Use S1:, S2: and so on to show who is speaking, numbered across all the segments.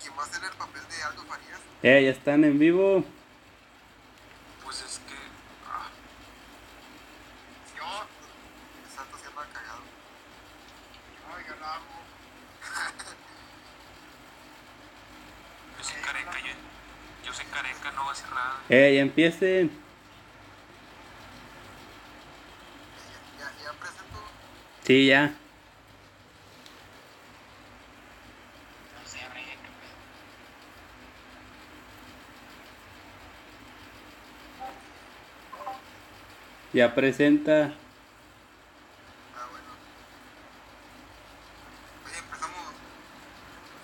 S1: quien va a hacer el papel de Aldo Farías,
S2: Eh, ya están en vivo.
S1: pues es que. Ah. Yo. Santo se llama cagado. Ay, ganamos.
S3: Yo soy careca, yo, yo soy careca, no voy a hacer nada.
S2: Eh, ya empiecen.
S1: Ya, ya presento.
S2: Sí, ya.
S3: No sé, Brian, qué pedo.
S2: Ya presenta.
S1: Ah, bueno. Oye, empezamos.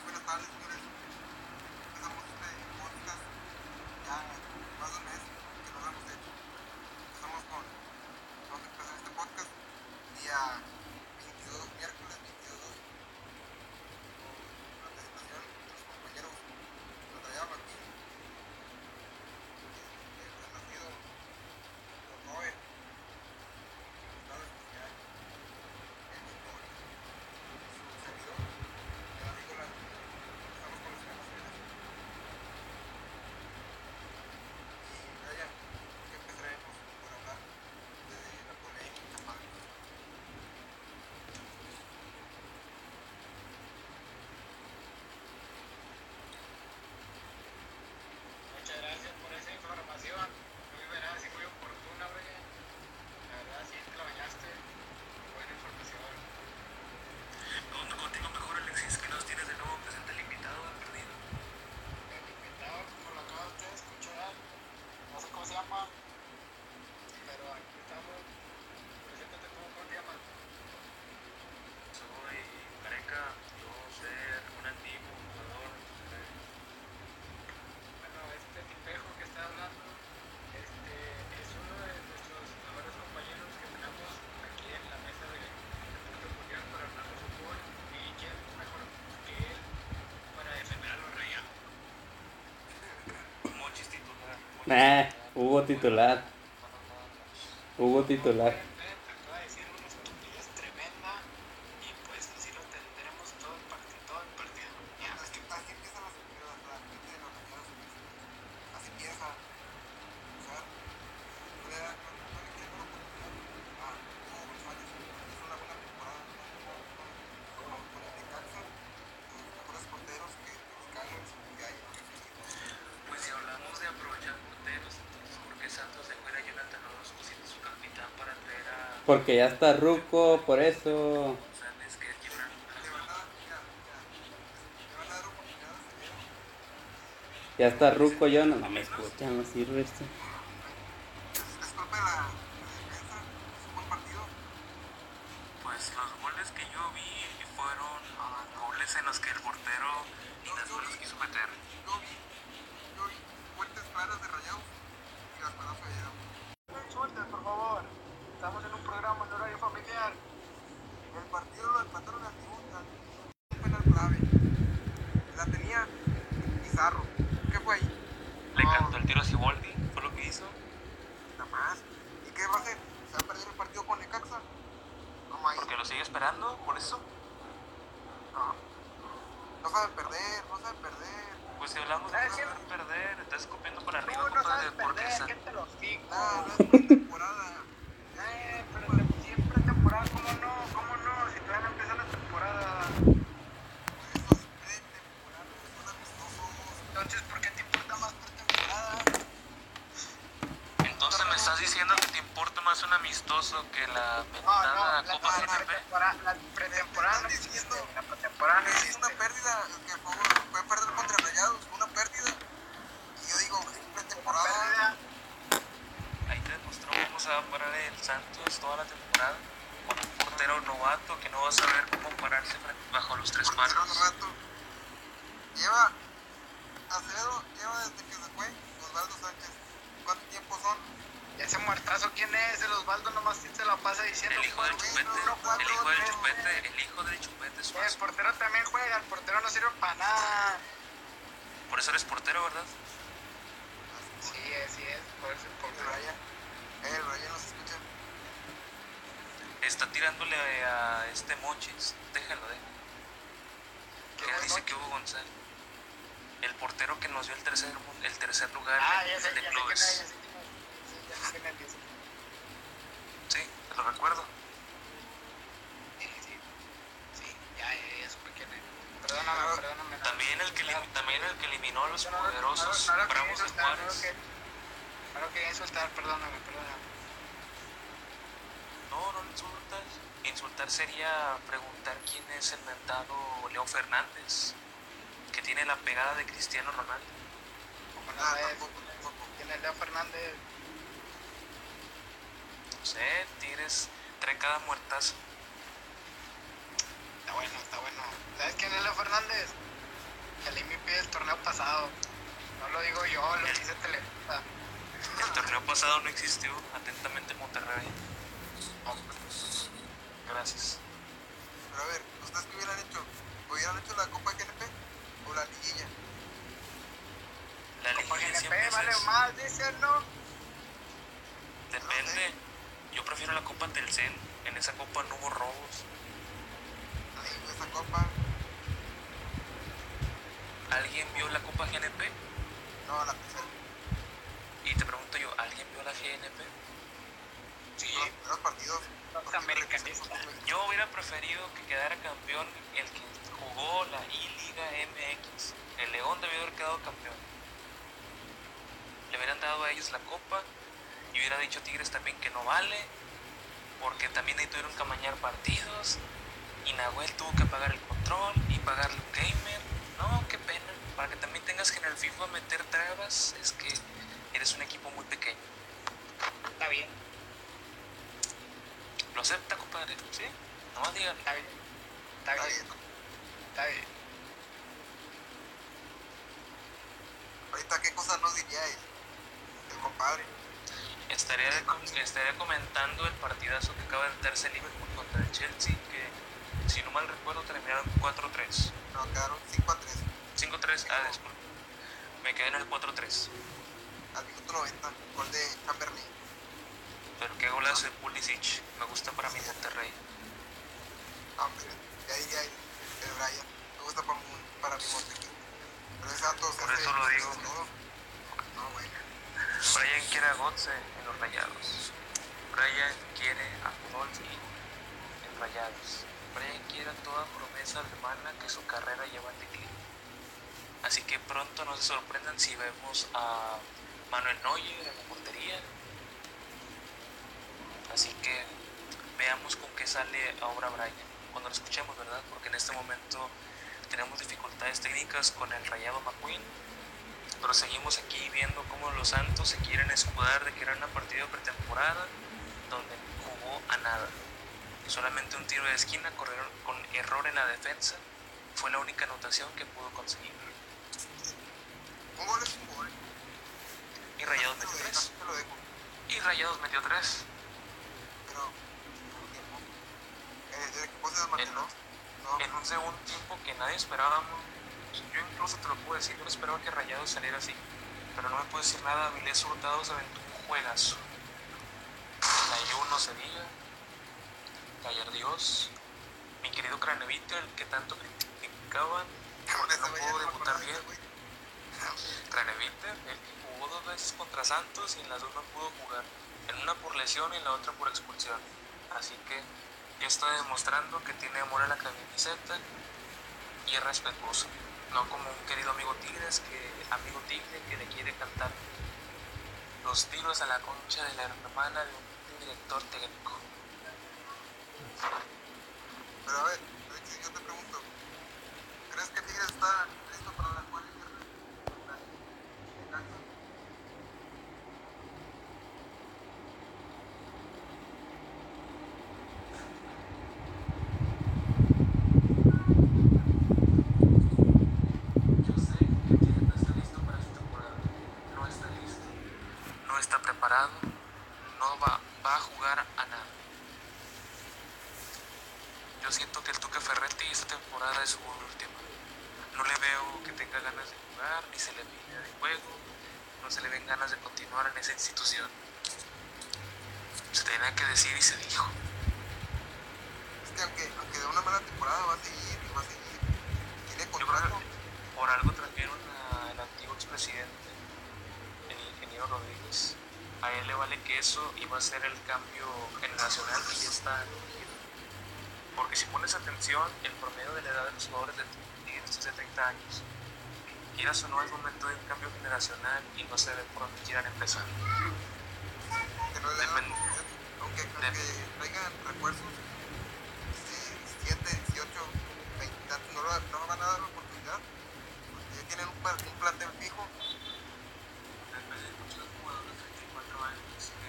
S1: Buenas tardes, señores. Empezamos este podcast ya más de un mes que nos hemos hecho. Empezamos con. Vamos a empezar este podcast día 22, miércoles 22. Con la presentación de los compañeros que nos traían aquí. Este, Recién nacido, don Robert, diputado especial el doctor, su servidor, el amigo Lázaro. Estamos con los invitados. Y Brian, ¿qué empezaremos por hablar de la polémica madre?
S4: Muchas gracias por esa información, muy veraz y muy oportuna, Brian. La verdad, sí te la bañaste. Buena información.
S3: Con- Contigo mejor, Alexis, que nos tienes de nuevo presente el invitado de perdido.
S4: El invitado, como lo acabas de escuchar, no sé cómo se llama, pero aquí estamos. Preséntate tú, ¿cómo te llamas?
S3: Soy careca, yo soy un antiguo jugador. eh,
S4: Bueno, este tipejo que está hablando este, es uno de nuestros mejores compañeros que tenemos aquí en la mesa de Deporte Mundial para hablar de fútbol y quién mejor que él para defender a los rayados.
S3: Monchis titular. Monchis
S2: Ah,
S3: titular.
S2: Hugo titular. Hugo titular.
S4: Acaba de decir una estupidez tremenda y pues así lo tendremos todo el partido, todo el partido. Ya,
S1: Así así empiezan las empresas, la gente de los empleados. Así empieza. O sea, no le dan no no le quieren dar oportunidad a Hugo González. Hizo una buena temporada ¿no? con con- con el Necaxa, de los mejores porteros que mexicanos que hay en el equipo.
S3: Pues si hablamos de aprovechar porteros, entonces, ¿por qué Santos se fuera Jonathan Orozco siendo su capitán para traer a
S2: Porque ya está Ruco, por eso.
S3: González, que es Gibran?
S1: Le van a dar, mira, mira, le van a dar oportunidades a él.
S2: Ya está Ruco, yo no, no me escuchan, no sirve esto.
S1: Es- Es culpa de la de la defensa, es un buen partido.
S3: Pues los goles que yo vi fueron ah, goles en los que el portero ni las manos quiso meter.
S1: Yo vi, yo vi fuertes claras de rayados y las paradas fallaron.
S4: no insultes, por favor. Estamos en un programa en horario familiar.
S1: El partido lo empataron al minuto, al un penal clave. La tenía Pizarro. ¿Qué fue ahí?
S3: Le cantó el tiro a Siboldi, fue lo que hizo.
S1: Nada más. ¿Y qué va a hacer? ¿Se va a perder el partido con Necaxa? No, maíz.
S3: Porque lo sigue esperando, por eso.
S1: No. No saben perder, no saben perder.
S3: Pues si hablamos de
S4: Ah,
S3: no
S4: es cierto.
S3: saber perder, estás escupiendo para
S4: Tú
S3: arriba,
S4: no
S3: compadre,
S4: sabes
S3: porque
S4: perder,
S3: San-
S4: que te los digo.
S1: Nada, Ah, no es pretemporada.
S4: Eh, pero te- siempre temporada, ¿cómo no? ¿Cómo no? Si todavía no empieza la temporada.
S1: Por eso es pretemporada, Pues son amistosos.
S4: Entonces, ¿por qué te importa más pretemporada?
S3: Entonces me estás diciendo que te importa más un amistoso que la
S4: No, no,
S3: ventana
S4: la,
S3: Copa
S4: la, la
S3: GNP.
S4: pretemporada, la pretemporada no existe. La pretemporada no
S1: Es una
S4: existe.
S1: pérdida que fue, fue perder contra Rayados, una pérdida. Y yo digo, es pretemporada.
S4: Pérdida.
S3: Ahí te demostró cómo se va a parar el Santos toda la temporada. Con un portero novato que no va a saber cómo pararse frente- bajo los tres
S1: Porque hace
S3: palos.
S1: rato. Lleva Acevedo, lleva desde que se fue Osvaldo Sánchez. ¿Cuánto tiempo son?
S4: Ese muertazo, ¿quién es? El Osvaldo nomás se la pasa diciendo.
S3: El hijo del
S4: "Cuatro,
S3: chupete,
S4: uno, cuatro,
S3: el hijo del
S4: tres".
S3: chupete, el hijo del chupete es
S5: Pues
S4: El portero también juega, el portero no sirve para nada.
S3: Por eso eres portero, ¿verdad?
S1: Este,
S4: Sí, así es, por eso el
S1: El
S4: portero.
S1: Raya. El Raya nos escucha.
S3: Está tirándole a este Mochis. Déjalo, déjalo.
S4: ¿Qué
S3: Que
S4: es
S3: dice
S4: Mochis?
S3: que Hugo González. el portero que nos dio el tercer, el tercer lugar
S5: Ah,
S3: en-
S5: ya sé, ya sé
S3: de
S5: que nadie, ya
S3: clubes.
S5: sé que nadie, sí, ya sé que nadie, sí.
S3: Sí, te lo recuerdo.
S5: Sí, sí. Sí, ya, ya, ya supe quién es. Perdóname, perdóname. no.
S3: También el que,
S5: Claro.
S3: elim- también el que eliminó a los
S5: No, no, no,
S3: poderosos
S5: no, no lo quería
S3: Bravos de
S5: insultar, no lo
S3: Juárez.
S5: quería- No lo quería insultar, perdóname, perdóname.
S3: No, no lo insultas. Insultar sería preguntar quién es el mentado Leo Fernández, que tiene la pegada de Cristiano Ronaldo.
S5: Como no
S1: Ah,
S5: sabes
S1: tampoco, tampoco.
S5: quién es Leo Fernández,
S3: No sé, Tigres trae cada muertazo.
S5: está bueno, está bueno. ¿Sabes quién es Leo Fernández? El MVP del torneo pasado. No lo digo yo, lo dice Televisa.
S3: El torneo pasado no existió. Atentamente Monterrey. Gracias.
S1: Pero a ver, ¿ustedes qué hubieran hecho? ¿Hubieran hecho la Copa GNP o la liguilla?
S3: La
S5: Copa GNP
S3: liguilla siempre
S5: vale
S3: es-
S5: más, dicen, ¿no?
S3: Depende. Yo prefiero la Copa Telcel. En esa Copa no hubo robos.
S1: Ahí, esa Copa.
S3: ¿Alguien vio la Copa GNP?
S1: No, la tercera.
S3: Y te pregunto yo, ¿alguien vio la GNP?
S5: Sí.
S1: Los primeros partidos.
S5: Los
S1: porque
S5: americanistas.
S1: no les-
S3: Yo hubiera preferido que quedara campeón el que jugó la I-Liga MX. El León debió haber quedado campeón. Le hubieran dado a ellos la copa y hubiera dicho Tigres también que no vale, porque también ahí tuvieron que amañar partidos. Y Nahuel tuvo que pagar el control y pagar el gamer. No, qué pena. Para que también tengas que en el FIFA meter trabas, es que eres un equipo muy pequeño.
S5: Está bien,
S3: ¿Lo acepta, compadre? Sí. Nomás digan.
S5: está bien. Está
S1: Está
S5: bien,
S1: bien.
S5: está bien.
S1: Ahorita, ¿qué cosas nos diría él? El compadre.
S3: Estaría, estaría comentando el partidazo que acaba de darse Liverpool contra el Chelsea, que si no mal recuerdo terminaron 4-3.
S1: Nos quedaron 5 a 3
S3: 5-3, ah, disculpe. Me quedé en el 4-3.
S1: al minuto 90. Gol de Chamberlain.
S3: Pero qué golazo de Pulisic. Me gusta para mi Monterrey.
S1: No, hombre. De ahí, de ahí. El Brian. Me gusta para, mi- para mi Montequín. Pero ese dato se
S3: Por
S1: hace-
S3: eso lo
S1: se
S3: digo.
S1: hace todo. No, güey.
S3: Brian quiere a Gotze en los rayados. Brian quiere a Podolski en rayados. Brian quiere a toda promesa alemana que su carrera lleva en declive. Así que pronto no se sorprendan si vemos a Manuel Neuer en la portería. Así que veamos con qué sale ahora Brian. Cuando lo escuchemos, ¿verdad? Porque en este momento tenemos dificultades técnicas con el rayado McQueen pero seguimos aquí viendo cómo los Santos se quieren escudar de que era una partida de pretemporada donde jugó a nada. Solamente un tiro de esquina, corrieron con error en la defensa, fue la única anotación que pudo conseguir.
S1: Un gol es un gol.
S3: Y Rayados
S1: Te lo
S3: metió
S1: dejo,
S3: 3.
S1: te lo dejo.
S3: Y Rayados metió 3.
S1: Pero. eh, El equipo se desmanteló. No,
S3: en un segundo tiempo que nadie esperábamos. Yo incluso te lo puedo decir, yo no esperaba que Rayados saliera así. Pero no me puedo decir nada, Vilés Hurtado se aventó un juegazo. La no se diga. Taller Dios. Mi querido Cranevita, el que tanto criticaban, porque no pudo debutar bien. Craneviter, el que jugó dos veces contra Santos y en las dos no pudo jugar. En una por lesión y en la otra por expulsión. Así que ya está demostrando que tiene amor a la camiseta y es respetuoso. No como un querido amigo Tigres, que, amigo Tigre que le quiere cantar los tiros a la concha de la hermana de un director técnico.
S1: Pero a ver, Alexis, yo te pregunto, ¿crees que Tigres está listo para la cual
S3: Yo sé que Tigres no está listo para esta temporada. No está listo. No está preparado. No va, va a jugar a nada. Yo siento que el Tuca Ferretti esta temporada es su última. No le veo que tenga ganas de jugar, ni se le ve de juego, no se le ven ganas de continuar en esa institución. Se tenía que decir y se dijo.
S1: Es que aunque, aunque de una mala temporada va a seguir y va a seguir. Tiene
S3: Yo creo
S1: contrato.
S3: que por algo trajeron a presidente, el ingeniero Rodríguez, a él le vale que eso y va a ser el cambio generacional que ya está acogido. Porque si pones atención, el promedio de la edad de los jugadores de Tigres es de 30 años. Quieras o no, es momento de un cambio generacional y no se ve por dónde quieran empezar.
S1: Que no le dan
S3: Depende.
S1: oportunidad, aunque, aunque traigan refuerzos, si 7, 18, 20 y tantos no, lo- no van a dar la oportunidad, porque ya tienen un, par- un plantel fijo,
S4: Después de muchos jugadores de 34 años, que,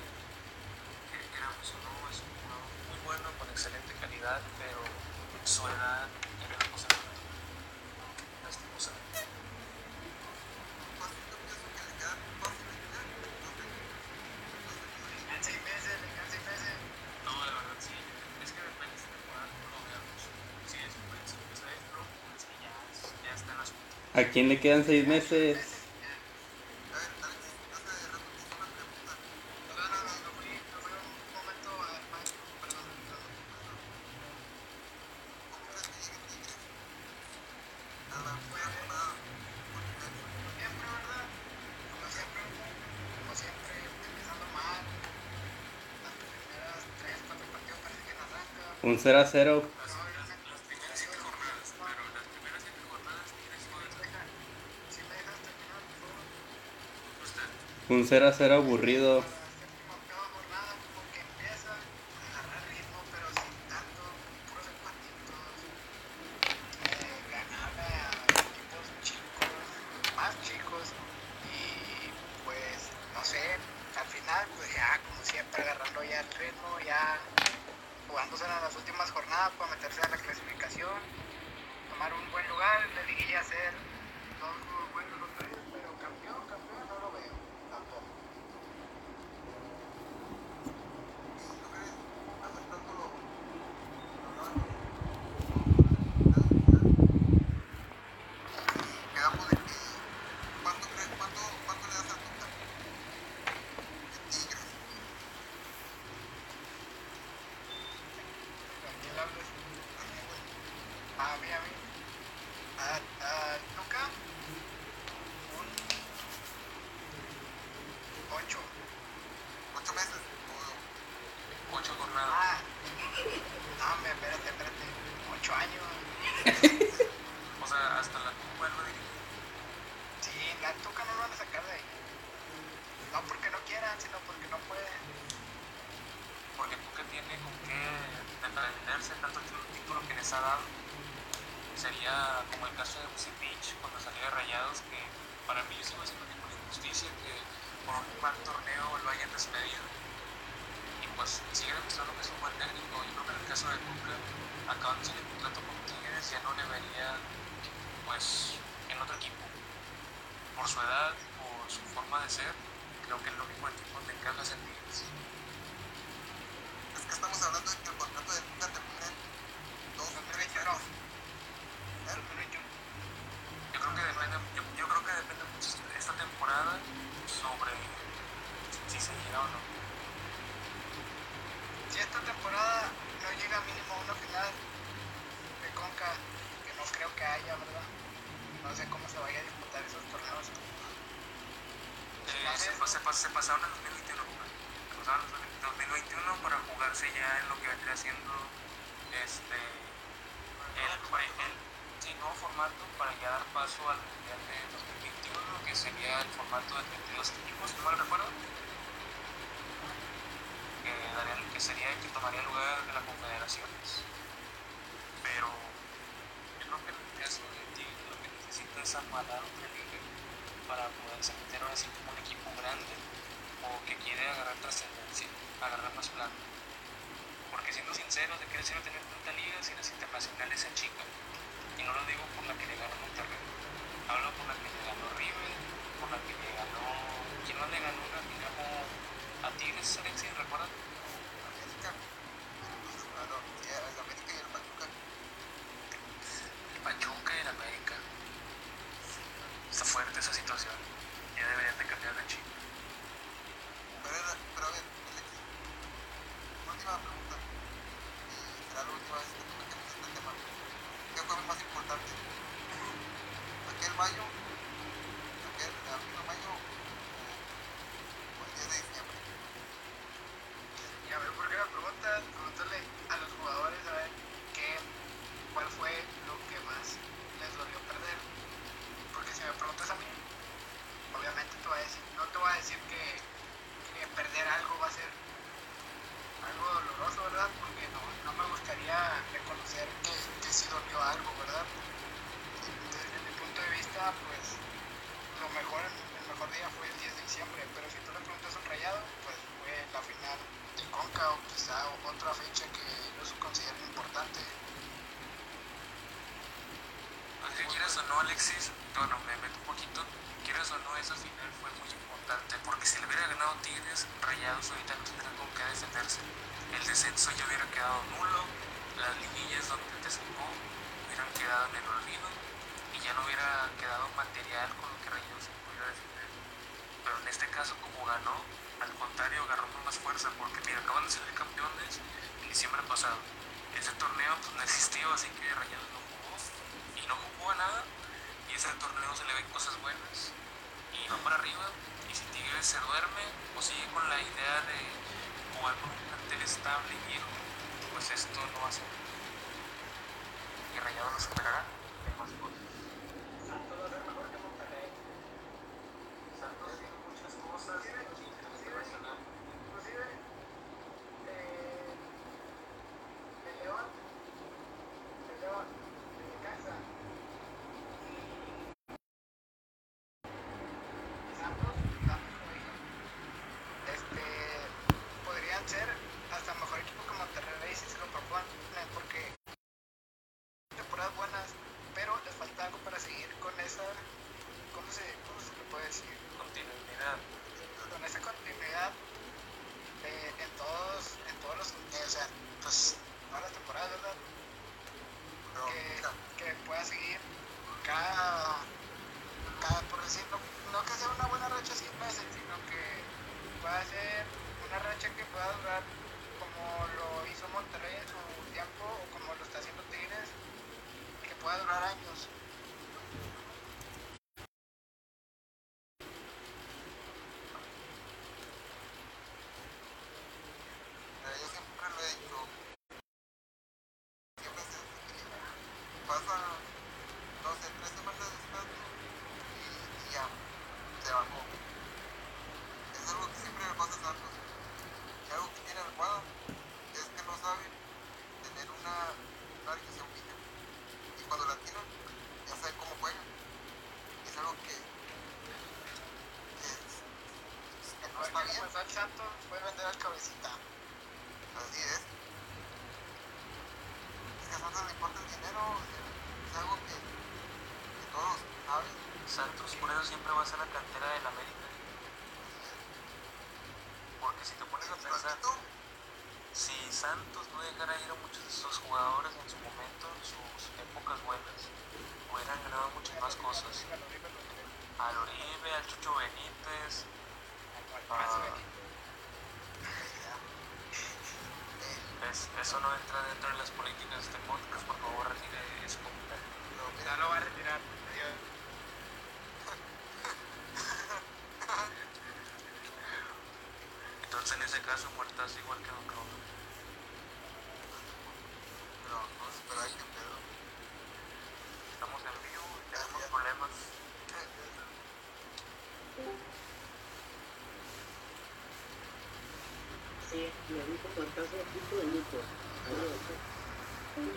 S4: que queramos
S3: pues,
S4: o no, es un jugador
S3: Muy bueno, con excelente calidad, pero su edad era una cosa lastimosamente.
S1: pues yo pienso que le quedan dos oportunidades, no sé, no sé.
S4: Cansa y pese, le cansa y pese. No, la verdad sí. Es que depende de esta temporada no lo veamos. pues, Si después empieza a pro, pues que ya, ya está en las
S2: ¿A quién le quedan seis meses?
S1: A ver, Alexis, hace rato te hice una pregunta.
S4: No, no, no, no fui, no fui un momento a España. Perdón, perdón.
S1: ¿Cómo crees que llegue Tigres a la primera jornada? Porque te-
S4: Como siempre, ¿verdad? Como siempre, como siempre, empezando mal. Las primeras 3, 4 partidos parece que nos saca.
S2: Un 0 a 0.
S4: Las, primeras 7 jornadas, pero las primeras 7 jornadas tienes poder dejar. Si me dejas terminar, por favor. Usted.
S2: Un 0 a 0 aburrido.
S4: Séptima, octava jornada, como que empieza a agarrar ritmo, pero sin tanto, puros empatitos. Eh, ganarle a equipos chicos, más chicos, y pues, no sé, al final, pues ya, como siempre, agarrando ya el ritmo, ya jugándose en las últimas jornadas para meterse a la clasificación, tomar un buen lugar, le dije ya hacer dos muy buenos locales, pero campeón, campeón, no lo veo, tampoco.
S1: ¿tú crees? Aceptándolo, Quedamos de que. ¿Cuánto crees? ¿Cuánto, cuánto le das a Tuta? De Tigres.
S4: ¿Quién le hablas? A mí, güey. A mí, a mí. A, a Luca, un 8.
S1: ¿Ocho meses? O
S3: Ocho jornadas.
S4: Ah, no, hombre, espérate, espérate. 8 años.
S3: O sea, hasta la Copa él va a dirigir.
S4: Sí, la Tuca no lo van a sacar de ahí. No porque no quieran, sino porque no pueden.
S3: Porque Tuca tiene con qué defenderse tanto tí- título que les ha dado. Sería como el caso de Bucetich cuando salió de Rayados, que para mí yo sigo siendo tipo de injusticia que por un mal torneo lo hayan despedido. Y pues sigue demostrando que es un buen técnico. Yo creo que en el caso de Tuca, acabándose el contrato con Tigres, ya no le vería pues en otro equipo. Por su edad, por su forma de ser, creo que el único equipo donde encaja es en Tigres.
S1: es que estamos hablando de que el contrato de Tuta termina en dos o tres años.
S3: Yo creo que depende, yo, yo creo que depende mucho esta temporada sobre si se llega o no.
S4: Si esta temporada no llega mínimo a una final de Conca, que no creo que haya, ¿verdad? No sé cómo se vaya a disputar esos torneos.
S3: Eh, se, pas- se pas- se pasaron al 2021, güey. Se pasaron al 2021 para jugarse ya en lo que vendría siendo este el, el, sí, nuevo formato para ya dar paso al Mundial de 2021, que sería el formato de 32 equipos, si no mal recuerdo. Que, daría- que sería el que tomaría lugar de las confederaciones. Pero yo creo que en el caso de Tigres lo que necesita es amparar otra liga para poderse meter ahora sí como un equipo grande o que quiere agarrar trascendencia, agarrar más plano. Porque siendo sinceros, de qué le sirve tener tanta liga si las internacionales se achican. Y no lo digo por la que le ganó Monterrey, hablo por la que le ganó River, por la que le ganó. ¿Quién no le ganó una que le ganó a Tigres, Alexis? ¿Recuerdan?
S1: América. Entonces, ah, no, sí, el América y el Pachuca.
S3: El Pachuca y el América. Está fuerte esa situación. Ya deberían de cambiar de chip.
S1: Pero, era- pero a ver, Alexis, última pregunta. Y será la última vez que toquemos este tema. ¿Qué fue lo más importante? Aquel mayo, el que es de abril a mayo o el 10 de diciembre.
S4: Y a ver, ¿por qué me preguntas? Pregúntale a los jugadores a ver qué, cuál fue lo que más les dolió perder. Porque si me preguntas a mí, obviamente te voy a decir, no te voy a decir que, que perder algo va a ser algo doloroso, ¿verdad? Porque no, no me gustaría reconocer que, que sí dolió algo, ¿verdad? Desde mi punto de vista, pues lo mejor, el mejor día fue el 10 de diciembre, pero si tú le preguntas a un rayado, pues fue la final de Conca o quizá otra fecha que ellos consideran importante.
S3: Aunque quieras o no, Alexis, bueno, me meto un poquito. Quieras o no, esa final fue muy importante porque si le hubiera ganado Tigres, Rayados ahorita no tendrán con qué defenderse. El descenso ya hubiera quedado nulo, las liguillas donde te sacó hubieran quedado en el olvido y ya no hubiera quedado material con lo que Rayados se pudiera defender. Pero en este caso, como ganó, al contrario, agarró más fuerza porque, mira, acaban de salir campeones en diciembre pasado. Ese torneo pues, no existió, así que Rayados no jugó y no jugó a nada. Y ese torneo se le ven cosas buenas y va para arriba. Y si Tigres se duerme o sigue con la idea de jugar con un plantel estable y viejo, pues esto no va a ser. Y Rayados no se pegará en más cosas.
S5: Santos va a ser mejor que Monterrey. Santos tiene muchas cosas internacional. Inclusive, eh, el León, el León, el Necaxa y
S4: Y Santos, también como dijo, este, podrían ser hasta mejor equipo que Monterrey si se lo proponen, porque temporadas buenas, pero les falta algo para seguir con esa, ¿cómo se, cómo se le puede decir?
S3: Continuidad.
S4: con esa continuidad eh, en todos en todos los eh, o sea pues todas las temporadas verdad
S1: Pero,
S4: Eh,
S1: mira,
S4: que, que pueda seguir cada cada por decir no, no que sea una buena racha 100 meses sino que pueda ser una racha que pueda durar como lo hizo Monterrey en su tiempo o como lo está haciendo Tigres que pueda durar años
S1: Mira, yo siempre lo he dicho. Siempre se pasa 12, 3 semanas después y, y ya se bajó. Es algo que siempre le pasa a Santos. Y algo que tiene el cuadro es que no sabe tener una área que se ubica. Y cuando la tiran, ya sabe cómo juega. Y es algo que, que, es- que no
S4: Bueno,
S1: está
S4: como
S1: bien.
S4: está el Santos puede vender al cabecita
S1: Así es. Es que a Santos le importa el dinero, o sea, es algo que, que todos saben.
S3: Santos por eso siempre va a ser la cantera del América. Porque si te pones a
S1: Pero
S3: pensar,
S1: tú,
S3: si Santos no dejara ir a muchos de sus jugadores en su momento, en sus épocas buenas, hubieran ganado muchas más cosas. Al Oribe, al Chucho Benítez, es- eso no entra dentro de las políticas de este podcast, por favor, retire ese comentario.
S1: pero mira,
S4: ya lo va a retirar adiós
S3: Entonces en ese caso muertas igual que Don Raúl.
S1: pero no sé, pero hay que pedo.
S3: Estamos en vivo y tenemos problemas.
S6: Sí, me dijo fantasma justo de luto. Adiós.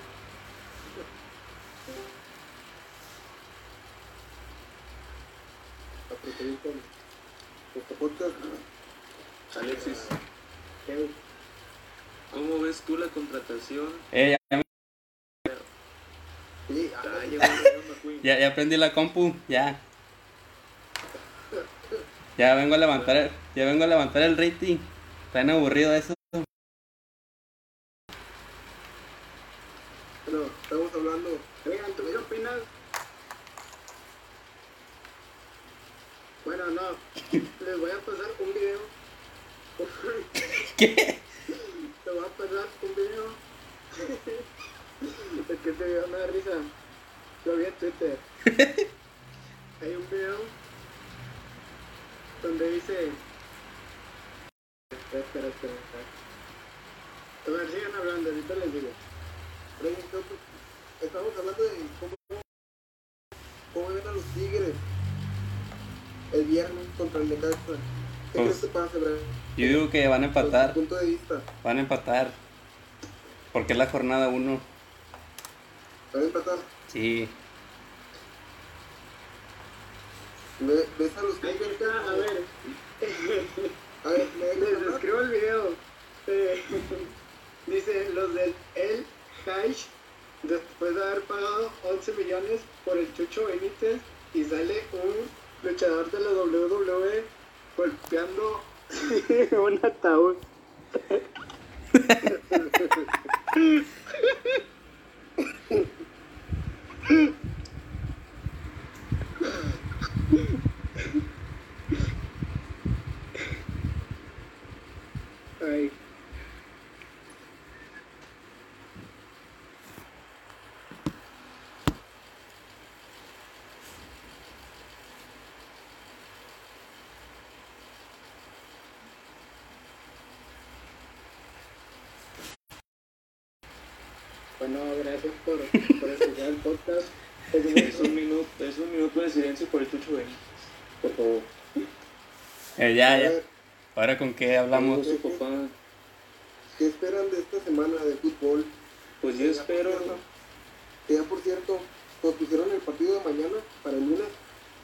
S7: a preferir con este podcast. Alexis,
S6: Kevin,
S7: ¿cómo ves tú la contratación?
S2: Eh, ya,
S7: Sí, ah, llegó Ryan McQueen.
S2: ya- ya aprendí la compu, ya. Ya vengo a levantar, el- ya vengo a levantar el rating. Tan aburrido eso.
S7: Bueno, estamos hablando. Oigan, ¿tuvieron penal? Bueno, no. Les voy a pasar un video.
S2: ¿Qué?
S7: Te voy a pasar un video. es que te dio una risa. Lo vi en Twitter. Hay un video
S6: donde dice. Espera, espera, espera. espera. A ver, sigan hablando, ahorita les digo. Pero ahí estamos- Estamos hablando de cómo, cómo ven a los Tigres el viernes contra el Necaxa. ¿Qué
S2: Pues,
S6: crees que pasa, Brian?
S2: Yo digo que van a
S6: Desde
S2: empatar,
S6: tu punto de vista,
S2: van a empatar. Porque es la jornada 1.
S6: ¿van a empatar?
S2: Sí,
S6: ¿Ve- ¿Ves a los Tigres?
S8: está, a ver,
S6: A ver, ¿me
S8: les
S6: dejas hablar?
S8: describo el video. Eh, dice, los del El Haish, después de haber pagado 11 millones por el Chucho Benítez, y sale un luchador de la WWE golpeando un ataúd. Ay,
S6: Bueno, gracias por, por escuchar el podcast. Pues, Es un- es un-
S8: minuto, es un minuto de silencio por el Chucho Benítez.
S6: por favor.
S2: Eh,
S6: A
S2: ya, ya.
S6: ver,
S2: Ahora con qué hablamos.
S6: su papá. ¿Qué esperan de esta semana de fútbol?
S8: Pues
S6: Que ya, por cierto- Que ya por cierto, propusieron el partido de mañana para el lunes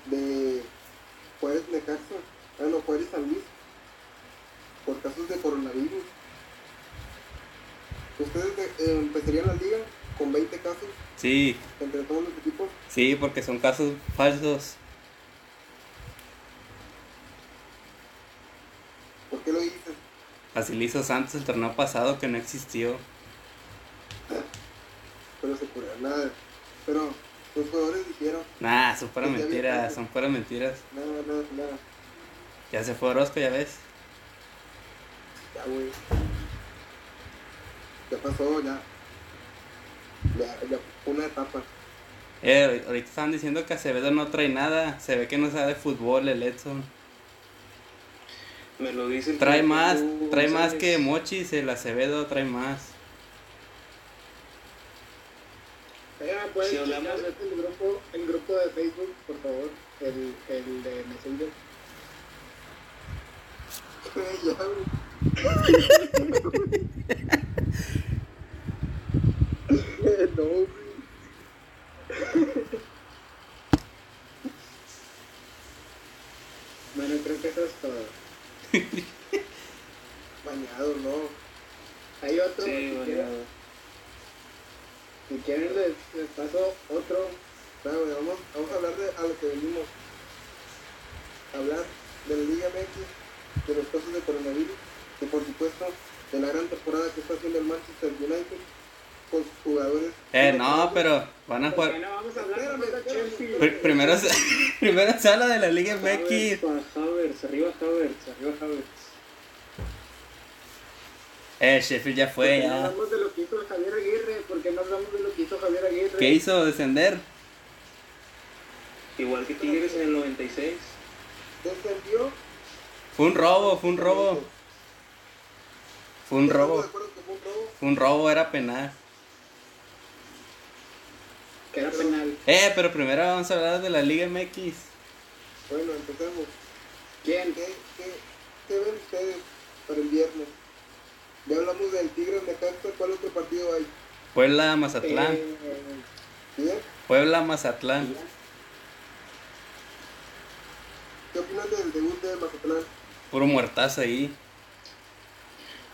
S6: de Juárez Necaxa, ah no, Juárez San Luis, por casos de coronavirus. Ustedes de- eh, empezarían la liga con 20 casos
S2: Sí,
S6: entre todos los equipos.
S2: sí, porque son casos falsos.
S6: ¿Por qué lo dices?
S2: Así lo hizo Santos el torneo pasado que no existió.
S6: Pero se cura nada. Pero los jugadores dijeron,
S2: Nah, son puras
S6: Sí, ya vi
S2: mentiras,
S6: casos.
S2: son puras mentiras.
S6: nada, nada, nada.
S2: Ya se fue Orozco, ya ves.
S6: Ya, güey. Ya pasó, ya. Ya, ya fue una etapa.
S2: Eh, ahorita estaban diciendo que Acevedo no trae nada. Se ve que no sabe de fútbol el Edson.
S8: Me lo dice el
S2: Trae
S8: Chaco
S2: más, trae más
S8: González.
S2: que Mochis, el Acevedo trae más.
S8: Ah,
S6: Pueden
S8: si hablamos,
S6: checar el grupo, el grupo de Facebook, por favor, el, el de Messenger. no, güey. Bueno, creo que eso es todo. Bañado, no. Hay otro.
S8: sí,
S6: si
S8: bueno,
S6: quieren- si quieren les, les paso otro. Claro, güey, vamos, vamos a hablar de a lo que venimos. Hablar de la Liga MX, de los casos de coronavirus y por supuesto de la gran temporada que está haciendo el Manchester United con sus jugadores.
S2: Eh, no, pero van a
S8: ¿por qué
S2: jugar.
S8: no vamos a hablar
S6: Espérame,
S8: contra
S6: espérame.
S8: Chelsea?
S2: Pr- primero, se- primero se habla de la Liga MX.
S8: Havertz, Havertz, arriba Havertz, arriba Havertz.
S2: Eh, Sheffield ya fue,
S8: no
S2: ya.
S8: hablamos de lo que hizo Javier Aguirre? ¿Por qué no hablamos de lo que hizo Javier Aguirre?
S2: ¿Qué hizo? ¿Descender?
S8: Igual que Tigres en el 96.
S6: Descendió.
S2: Fue un robo, fue un robo. Fue un
S6: Estamos
S2: robo.
S6: de acuerdo que fue un robo.
S2: Fue un robo, era penal.
S8: Que era penal.
S2: Eh, pero primero vamos a hablar de la Liga MX.
S6: Bueno, empezamos.
S8: ¿Quién?
S6: ¿Qué, qué, qué ven ustedes para el viernes? Ya hablamos del Tigres de Casta, ¿cuál otro partido hay?
S2: Puebla, Mazatlán.
S8: Eh,
S6: ¿Sí?
S2: Puebla, Mazatlán.
S6: ¿Qué opinan del debut de Mazatlán?
S2: Puro muertazo ahí.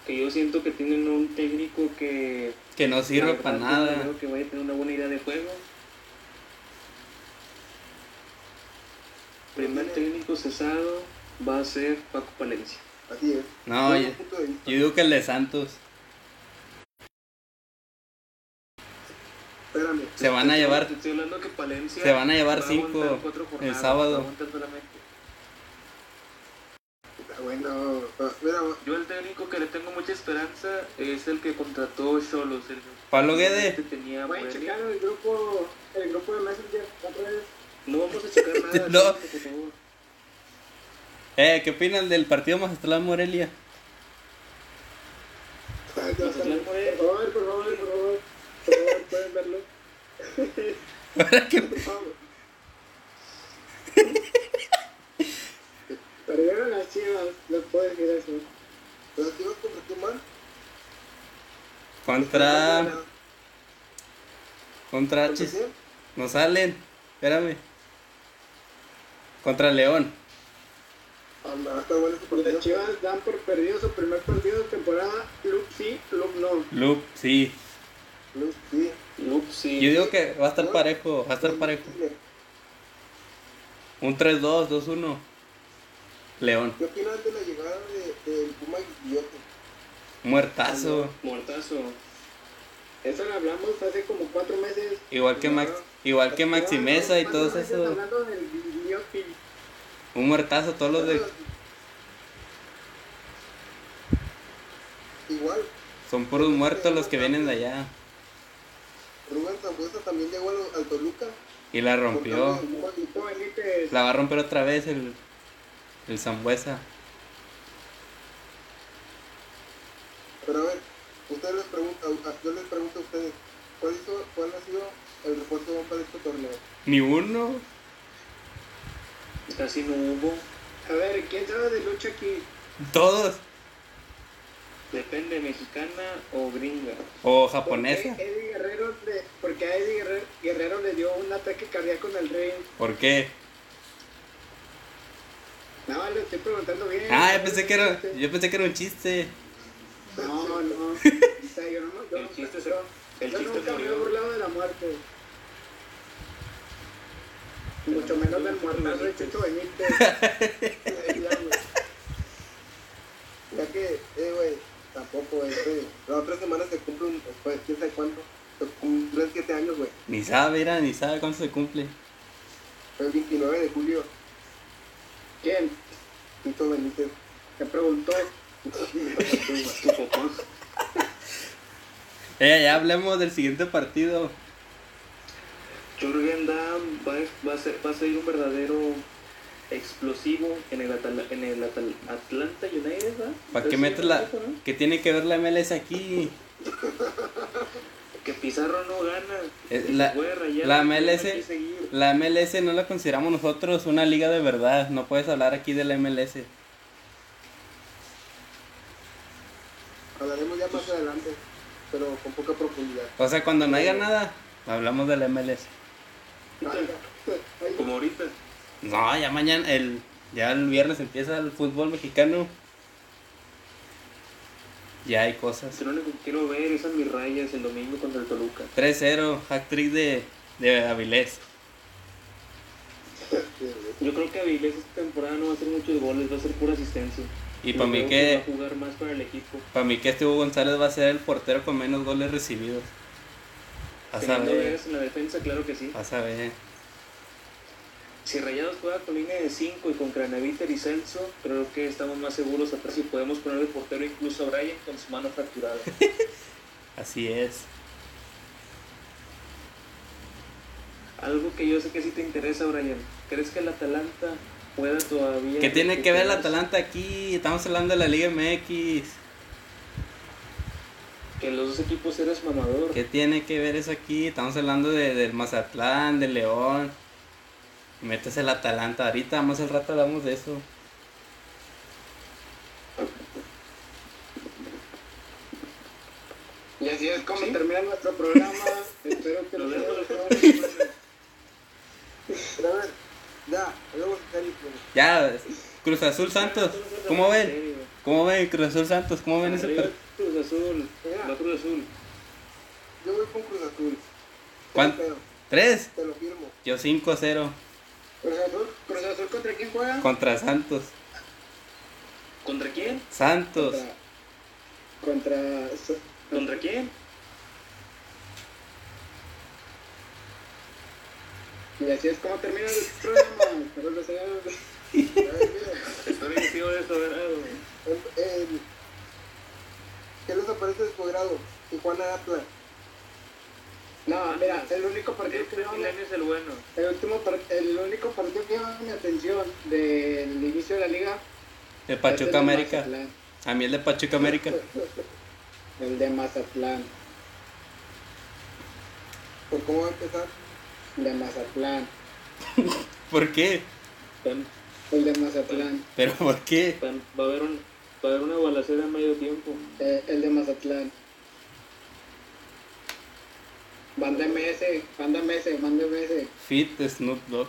S8: que yo siento que tienen un técnico que
S2: Que no
S8: la
S2: sirve
S8: verdad,
S2: para
S8: yo no
S2: nada.
S8: creo que vaya a tener una buena idea de juego. Primer técnico cesado va a ser Paco Palencia.
S6: Así es.
S2: No,
S6: Desde
S2: yo,
S6: mi punto de vista.
S2: Ah, yo digo que el de Santos.
S6: Espérame.
S2: Se van a llevar,
S8: Te estoy hablando que Palencia
S2: se van a llevar
S8: va aguantar
S2: cinco
S8: cuatro
S2: el
S8: jornadas, va a
S2: sábado.
S8: aguantar solamente.
S6: Está bueno. Ah, Mira,
S8: Yo el técnico que le tengo mucha esperanza es el que contrató Solos. El
S2: Pablo Guede.
S8: que tenía
S6: pueden
S8: Morelia.
S6: checar el grupo, el grupo de Messenger otra vez.
S8: No vamos a checar nada.
S2: No.
S8: Por favor.
S2: Eh, ¿qué opinan del partido Mazatlán Morelia?
S7: Ay, no,
S8: Mazatlán
S7: está
S8: fue-
S7: bien.
S6: Por favor, por favor, por favor. Por favor, pueden verlo.
S2: Ahora que-
S7: Vamos.
S6: Perdieron las chivas, les puedo decir eso.
S7: ¿Las chivas contra quién van?
S2: Contra. Contra
S7: ¿Contra
S2: Chis.
S7: quién?
S2: No salen. Espérame. Contra León.
S7: Ah, no, está bueno ese partido.
S6: Las chivas dan por perdido su primer partido de temporada. Club sí, club no.
S2: Loop, sí.
S7: No, sí.
S8: Ups, sí.
S2: Yo digo que va a estar parejo. Va a estar parejo. Un 3-2, 2-1. León.
S7: ¿Qué opinas de la llegada de, del Puma Guillote?
S2: Muertazo.
S8: Muertazo.
S6: Eso lo hablamos hace como cuatro meses. Ah,
S2: Igual
S7: Ah.
S2: que Max, igual que Maxi Mesa y
S6: Cuatro
S2: todos
S6: meses
S2: esos.
S6: Hablando del Guillotti.
S2: Un muertazo, todos los de.
S7: Igual,
S2: Son puros muertos los que vienen de allá.
S7: Rubén Zambuesa también llegó al, al Toluca.
S2: Y la rompió.
S7: Cortando el Puma Guillote.
S6: Nico Benítez.
S2: La va a romper otra vez el. El Zambuesa.
S7: Pero a ver, ustedes les pregunto, a- a- yo les pregunto a ustedes, ¿cuál, hizo, cuál ha sido el refuerzo para este torneo?
S2: Ni uno.
S8: Casi no hubo.
S6: A ver, ¿quién sabe de lucha aquí?
S2: Todos.
S8: Depende, mexicana o gringa.
S2: O
S6: ¿Por qué
S2: japonesa.
S6: Eddie Guerrero le, porque a Eddie Guerrero, Guerrero le dio un ataque cardíaco en el ring.
S2: ¿Por qué?
S6: No, le estoy preguntando bien.
S2: Ah, yo pensé que era, yo pensé que era un chiste.
S6: No, no. O sea, yo no, yo
S8: El
S6: no-
S8: chiste se-
S6: yo-
S8: el
S6: yo
S8: chiste
S6: nunca me he
S8: murió.
S6: burlado de la muerte. Mucho menos del muertazo de Chicho Benítez. Ya, güey.
S7: Ya que, eh, güey, tampoco, güey, güey, La otra semana se cumple un, pues, quién sabe cuánto, se cumplen siete años, güey.
S2: Ni sabe, mira, ni sabe cuándo se cumple.
S7: Fue el 29 de julio,
S6: ¿Quién?
S7: Tito Benítez.
S6: Te preguntó.
S8: Tu papá.
S2: Eh, ya hablemos del siguiente partido.
S8: Jürgen Damm va, a- va a ser, va a ser un verdadero explosivo en el, Atala- en el Atal- Atlanta United, ¿verdad?
S2: ¿Para qué
S8: Entonces,
S2: metes la.?
S8: ¿no?
S2: ¿Qué tiene que ver la MLS aquí?
S8: Que Pizarro no gana.
S2: Es
S8: y
S2: Eh, la-
S8: se puede rayar,
S2: la
S8: no hay
S2: MLS
S8: que seguir.
S2: La MLS no la consideramos nosotros una liga de verdad. No puedes hablar aquí de la MLS.
S7: Hablaremos ya
S6: Pues
S7: más adelante, pero con poca profundidad.
S2: O sea, cuando no haya nada, hablamos de la MLS.
S8: Como ahorita.
S2: No, ya mañana, el, ya el viernes empieza el fútbol mexicano. Ya hay cosas.
S8: Es lo único que quiero ver es a mis rayas el domingo contra el Toluca.
S2: 3-0, actriz de, de Avilés.
S8: Yo creo que Avilés esta temporada no va a hacer muchos goles, va a ser pura asistencia.
S2: Y para mí
S8: creo
S2: que,
S8: Va a jugar más para el equipo.
S2: para mí que este Hugo González va a ser el portero con menos goles recibidos. A
S8: Teniendo
S2: saber, Ah.
S8: Vegas en la defensa, claro que sí.
S2: a saber.
S8: Si Rayados juega con línea de 5 y con Craneviter y Celso, creo que estamos más seguros atrás y podemos poner de portero incluso a Brian con su mano fracturada.
S2: Así es.
S8: Algo que yo sé que sí te interesa, Brian. ¿Crees que el Atalanta pueda todavía...
S2: ¿Qué tiene que ver el
S8: recuperarse?
S2: Atalanta aquí? Estamos hablando de la Liga MX.
S8: Que los dos equipos eres mamador.
S2: ¿Qué tiene que ver eso aquí? Estamos hablando de, del Mazatlán, del León. Metes el Atalanta ahorita, más al rato hablamos de eso.
S6: Y así es como termina nuestro programa. Espero que
S8: Lo
S6: lo
S8: dejo, lo
S6: vean.
S7: Pero a ver, ya, hablemos de Cali, pues.
S2: Ya, Cruz Azul Santos. ¿Cómo ven? ¿Cómo ven Cruz Azul Santos? ¿Cómo ven ese
S8: Arriba
S2: partido?
S8: Cruz Azul.
S7: Mira.
S8: Va Cruz Azul.
S7: Yo voy con Cruz Azul.
S2: ¿Cuán-
S7: Pero,
S2: ¿Tres?
S7: Te lo firmo.
S2: Yo 5-0
S6: Cruz Azul, Cruz Azul contra quién juega?
S2: contra Santos.
S8: ¿Contra quién?
S2: Santos.
S6: Contra. contra-
S8: ¿Contra quién?
S6: Y así es como termina el programa. Espero que sea.
S7: A ver, mira.
S8: Está bien, tío, eso, ¿verdad?
S7: El- el- ¿Qué les aparece de su grado? Tijuana Atlas.
S6: No, mira, el único partido que
S8: Este
S6: me llama-
S8: milenio es el bueno.
S6: el último par- el único partido que llama mi atención del inicio de la liga
S2: El
S6: es el
S2: Pachuca
S6: de
S2: América.
S6: Mazatlán.
S2: A mí el de Pachuca América.
S6: El de Mazatlán,
S7: ¿Por cómo va a empezar?
S6: el de Mazatlán,
S2: ¿Por qué?
S8: Van-
S6: el de Mazatlán,
S2: ¿Pero por qué?
S8: van- Va a haber un- va a haber una balacera a medio tiempo.
S6: eh, el de Mazatlán. Mándame ese, mándame ese, mándame ese.
S2: Fit Snoop Dogg.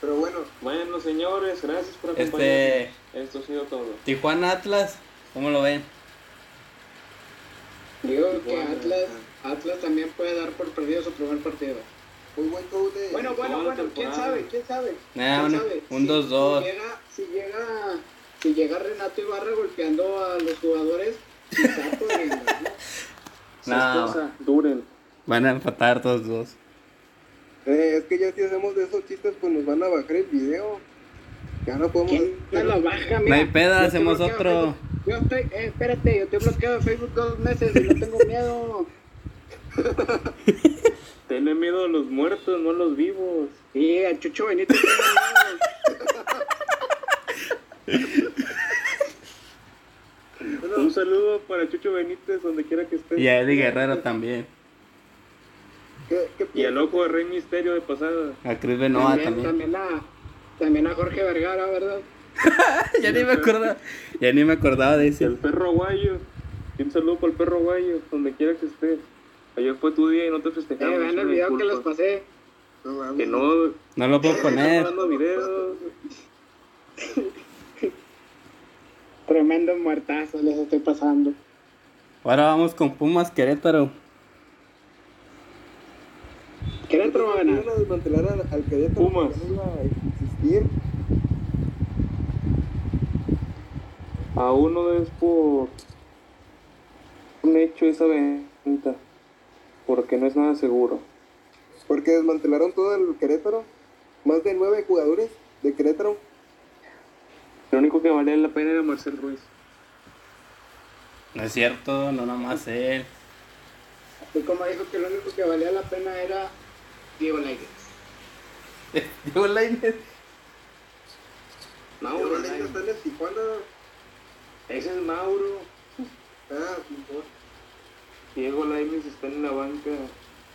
S7: Pero bueno,
S8: Bueno, señores, gracias por acompañarnos.
S2: Este.
S8: Esto ha sido todo.
S2: Tijuana Atlas. ¿Cómo lo ven?
S6: Digo que
S8: Bueno,
S6: Atlas, Atlas también puede dar por perdido su primer partido.
S7: muy buen gol de...
S6: Bueno, bueno,
S8: Toda la
S6: bueno, quién
S8: temporada.
S6: sabe, quién sabe.
S2: Nah,
S6: ¿Quién
S2: un-
S6: sabe?
S2: un
S6: Si-
S2: 2-2.
S6: Si llega, si llega, si llega Renato Ibarra golpeando a los jugadores, quizá podrían ganar.
S2: No.
S8: Esposa, duren.
S2: Van a empatar todos dos.
S7: Eh, es que ya si hacemos de esos chistes, pues nos van a bajar el video. Ya no podemos...
S6: ¿Quién te lo baja,
S2: No
S6: mira?
S2: hay peda,
S6: Yo
S2: hacemos
S6: te bloqueo
S2: otro.
S6: Facebook. Yo estoy, eh, espérate, yo te bloqueo de Facebook dos meses y no tengo miedo.
S8: Tenle miedo a los muertos, no a los vivos.
S6: Y a Chucho Benito tengo miedo.
S8: Un saludo para Chucho Benítez, donde quiera que esté.
S2: Y a Eddie Guerrero también.
S7: ¿Qué- qué
S8: Y al ojo de Rey Misterio de pasada.
S2: A Chris Benoit también.
S6: también, también a, también a Jorge Vergara, ¿verdad?
S2: ya ni me acordaba. Ya ni me acordaba de
S8: Y
S2: ese.
S8: al perro guayo. Y un saludo para el perro guayo, donde quiera que esté. Ayer fue tu día y no te
S6: Eh,
S8: festejamos.
S6: vean el
S8: una
S6: video que les
S8: disculpa.
S6: pasé.
S7: No, mames.
S8: Que no,
S2: No lo puedo poner.
S8: grabando videos.
S6: Tremendo muertazo les estoy pasando.
S2: Ahora vamos con Pumas Querétaro.
S6: Querétaro va a ganar.
S7: Iban a desmantelar al, al Querétaro,
S8: Pumas.
S7: que no iba a existir.
S8: A uno es por un hecho esa venta. Porque no es nada seguro.
S7: Porque desmantelaron todo el Querétaro. Más de nueve jugadores de Querétaro.
S8: Lo único que valía la pena era Marcel Ruiz.
S2: No es cierto, no nomás él.
S6: Y como dijo que lo único que valía la pena era Diego Lainez.
S2: Digo Lainez.
S8: No,
S7: Ahora ya están en Tijuana.
S8: Ese es Mauro.
S7: Ah, Simón.
S8: Diego Lainez está en la banca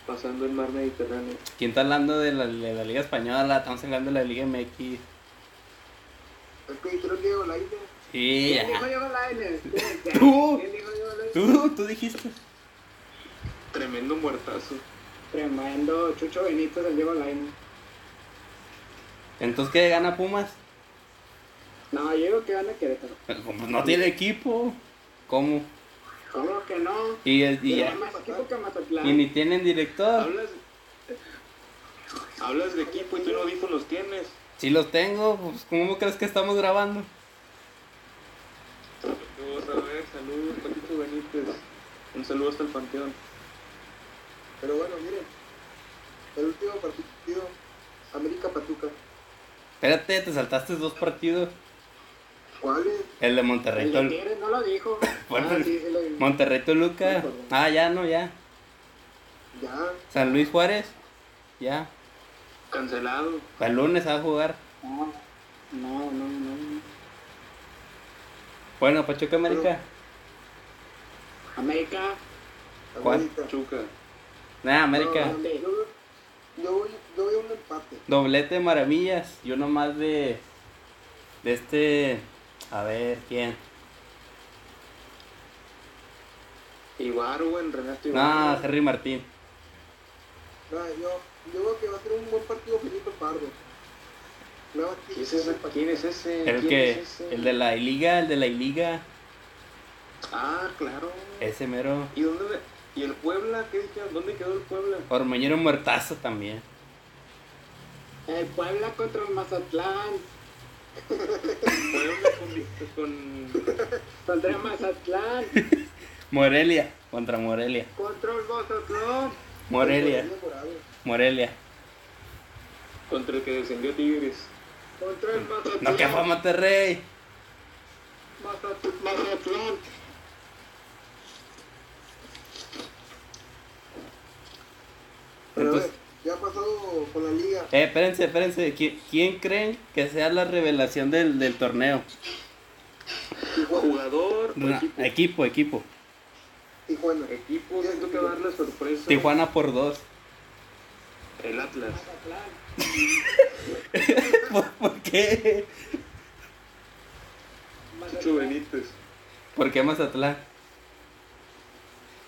S8: pasando el mar Mediterráneo.
S2: ¿Quién está hablando de la, de la Liga Española? Estamos hablando de la Liga MX.
S7: Es que dijeron Diego Lainez.
S2: Sí,
S6: ¿Quién dijo
S2: ya.
S6: Diego Lainez?
S2: Tú.
S6: ¿Quién dijo Diego Lainez?
S2: Tú, tú dijiste.
S8: Tremendo muertazo.
S6: Tremendo Chucho Benito el Diego Lainez.
S2: Entonces, ¿qué gana Pumas?
S6: No, yo digo que gana Querétaro.
S2: Pero como no tiene equipo. ¿Cómo?
S6: ¿Cómo que no?
S2: Y, el- y ya.
S6: Tiene más equipo que Mazatlán.
S2: Y ni tienen director.
S8: Hablas, hablas de equipo y tú no audífonos tienes.
S2: Si los tengo, pues ¿cómo crees que estamos grabando?
S8: Vamos a ver, saludos, Paquito Benítez. Un saludo hasta el panteón.
S7: Pero bueno, miren. El último partido. América Patuca.
S2: Espérate, te saltaste dos partidos.
S7: ¿Cuál es?
S2: El de Monterrey.
S6: El
S2: Tol-
S6: de Tigres no lo dijo.
S2: Bueno,
S6: Ah, sí, sí lo dijo.
S2: Monterrey Toluca. Ah, ya, no, ya.
S7: Ya.
S2: San Luis Juárez. Ya.
S8: Cancelado.
S2: Para el lunes va a jugar.
S6: No, no, no, no.
S2: Bueno, Pachuca América.
S6: América,
S2: ¿Cuál?
S7: América.
S8: Chuca.
S2: Nada, América.
S7: No, yo, yo voy, yo voy a un empate.
S2: Doblete de maravillas. Y uno más de. De este. A ver, ¿quién?
S8: Ibarwen, Renato
S2: No,
S8: Ibarwen.
S2: Henry Martín.
S7: Nada, yo, yo creo que va a ser un buen partido Felipe Pardo. Nada más que-
S8: ¿Quién es ese? ¿Quién es ese?
S2: El
S8: ¿Quién
S2: que.
S8: es ese?
S2: El de la liga, el de la liga.
S8: Ah, claro.
S2: Ese mero.
S8: ¿Y dónde? le- ¿Y el Puebla? ¿Qué dijeron? ¿Dónde quedó el Puebla?
S2: Ormeñero muertazo también.
S6: el Puebla contra el Mazatlán.
S8: Puebla con... con...
S6: Contra el Mazatlán.
S2: Morelia. Contra Morelia.
S6: Contra el Mazatlán.
S2: Morelia. Morelia.
S8: Contra el que descendió Tigres.
S6: Contra el Mazatlán.
S2: No, que fue Monterrey.
S6: Mazat- Mazatlán.
S7: o con la liga.
S2: Eh, espérense, espérense. ¿Qui- ¿Quién creen que sea la revelación del, del torneo?
S8: Jugador, o
S2: Ra-
S8: equipo.
S2: equipo, equipo.
S7: Tijuana.
S8: Equipo, siento que va a dar la sorpresa.
S2: Tijuana por dos.
S8: El Atlas.
S2: ¿Por, por qué?
S8: Chucho Benítez.
S2: ¿Por qué Mazatlán?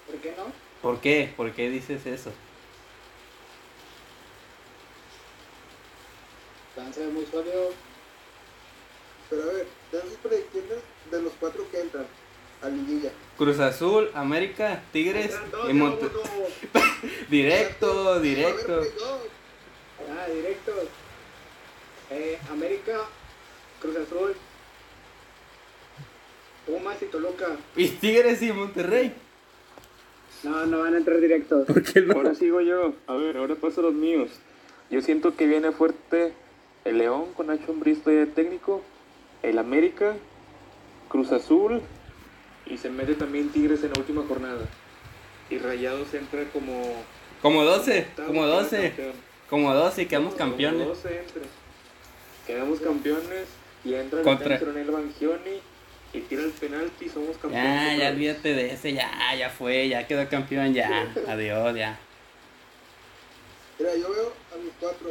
S6: ¿Por qué no?
S2: ¿Por qué? ¿Por qué dices eso?
S6: Tan se ve muy sólido.
S7: Pero a ver, dan sus predicciones de los cuatro que entran a liguilla.
S2: Cruz Azul, América, Tigres y Monte. Directo, directo.
S6: Ah, directo. Eh, América, Cruz Azul, Pumas y Toluca.
S8: pues,
S2: Y Tigres y Monterrey.
S6: No, no van a entrar directos.
S2: ¿Por qué no?
S8: Ahora sigo yo. A ver, ahora paso los míos. Yo siento que viene fuerte el León con Nacho Ambriz todavía de técnico, el América, Cruz Azul y se mete también Tigres en la última jornada. Y Rayados entra como...
S2: Como 12,
S8: octavo,
S2: como
S8: queda
S2: 12,
S8: campeón.
S2: como 12 y quedamos campeones.
S8: Como 12 entra. Quedamos campeones y entra
S2: Contra.
S8: el Coronel Bangioni y tira el penalti y somos campeones.
S2: Ya,
S8: otra
S2: ya
S8: vez.
S2: olvídate de ese, ya, ya fue, ya quedó campeón, ya. Adiós, ya.
S7: Mira, yo veo a mis cuatro.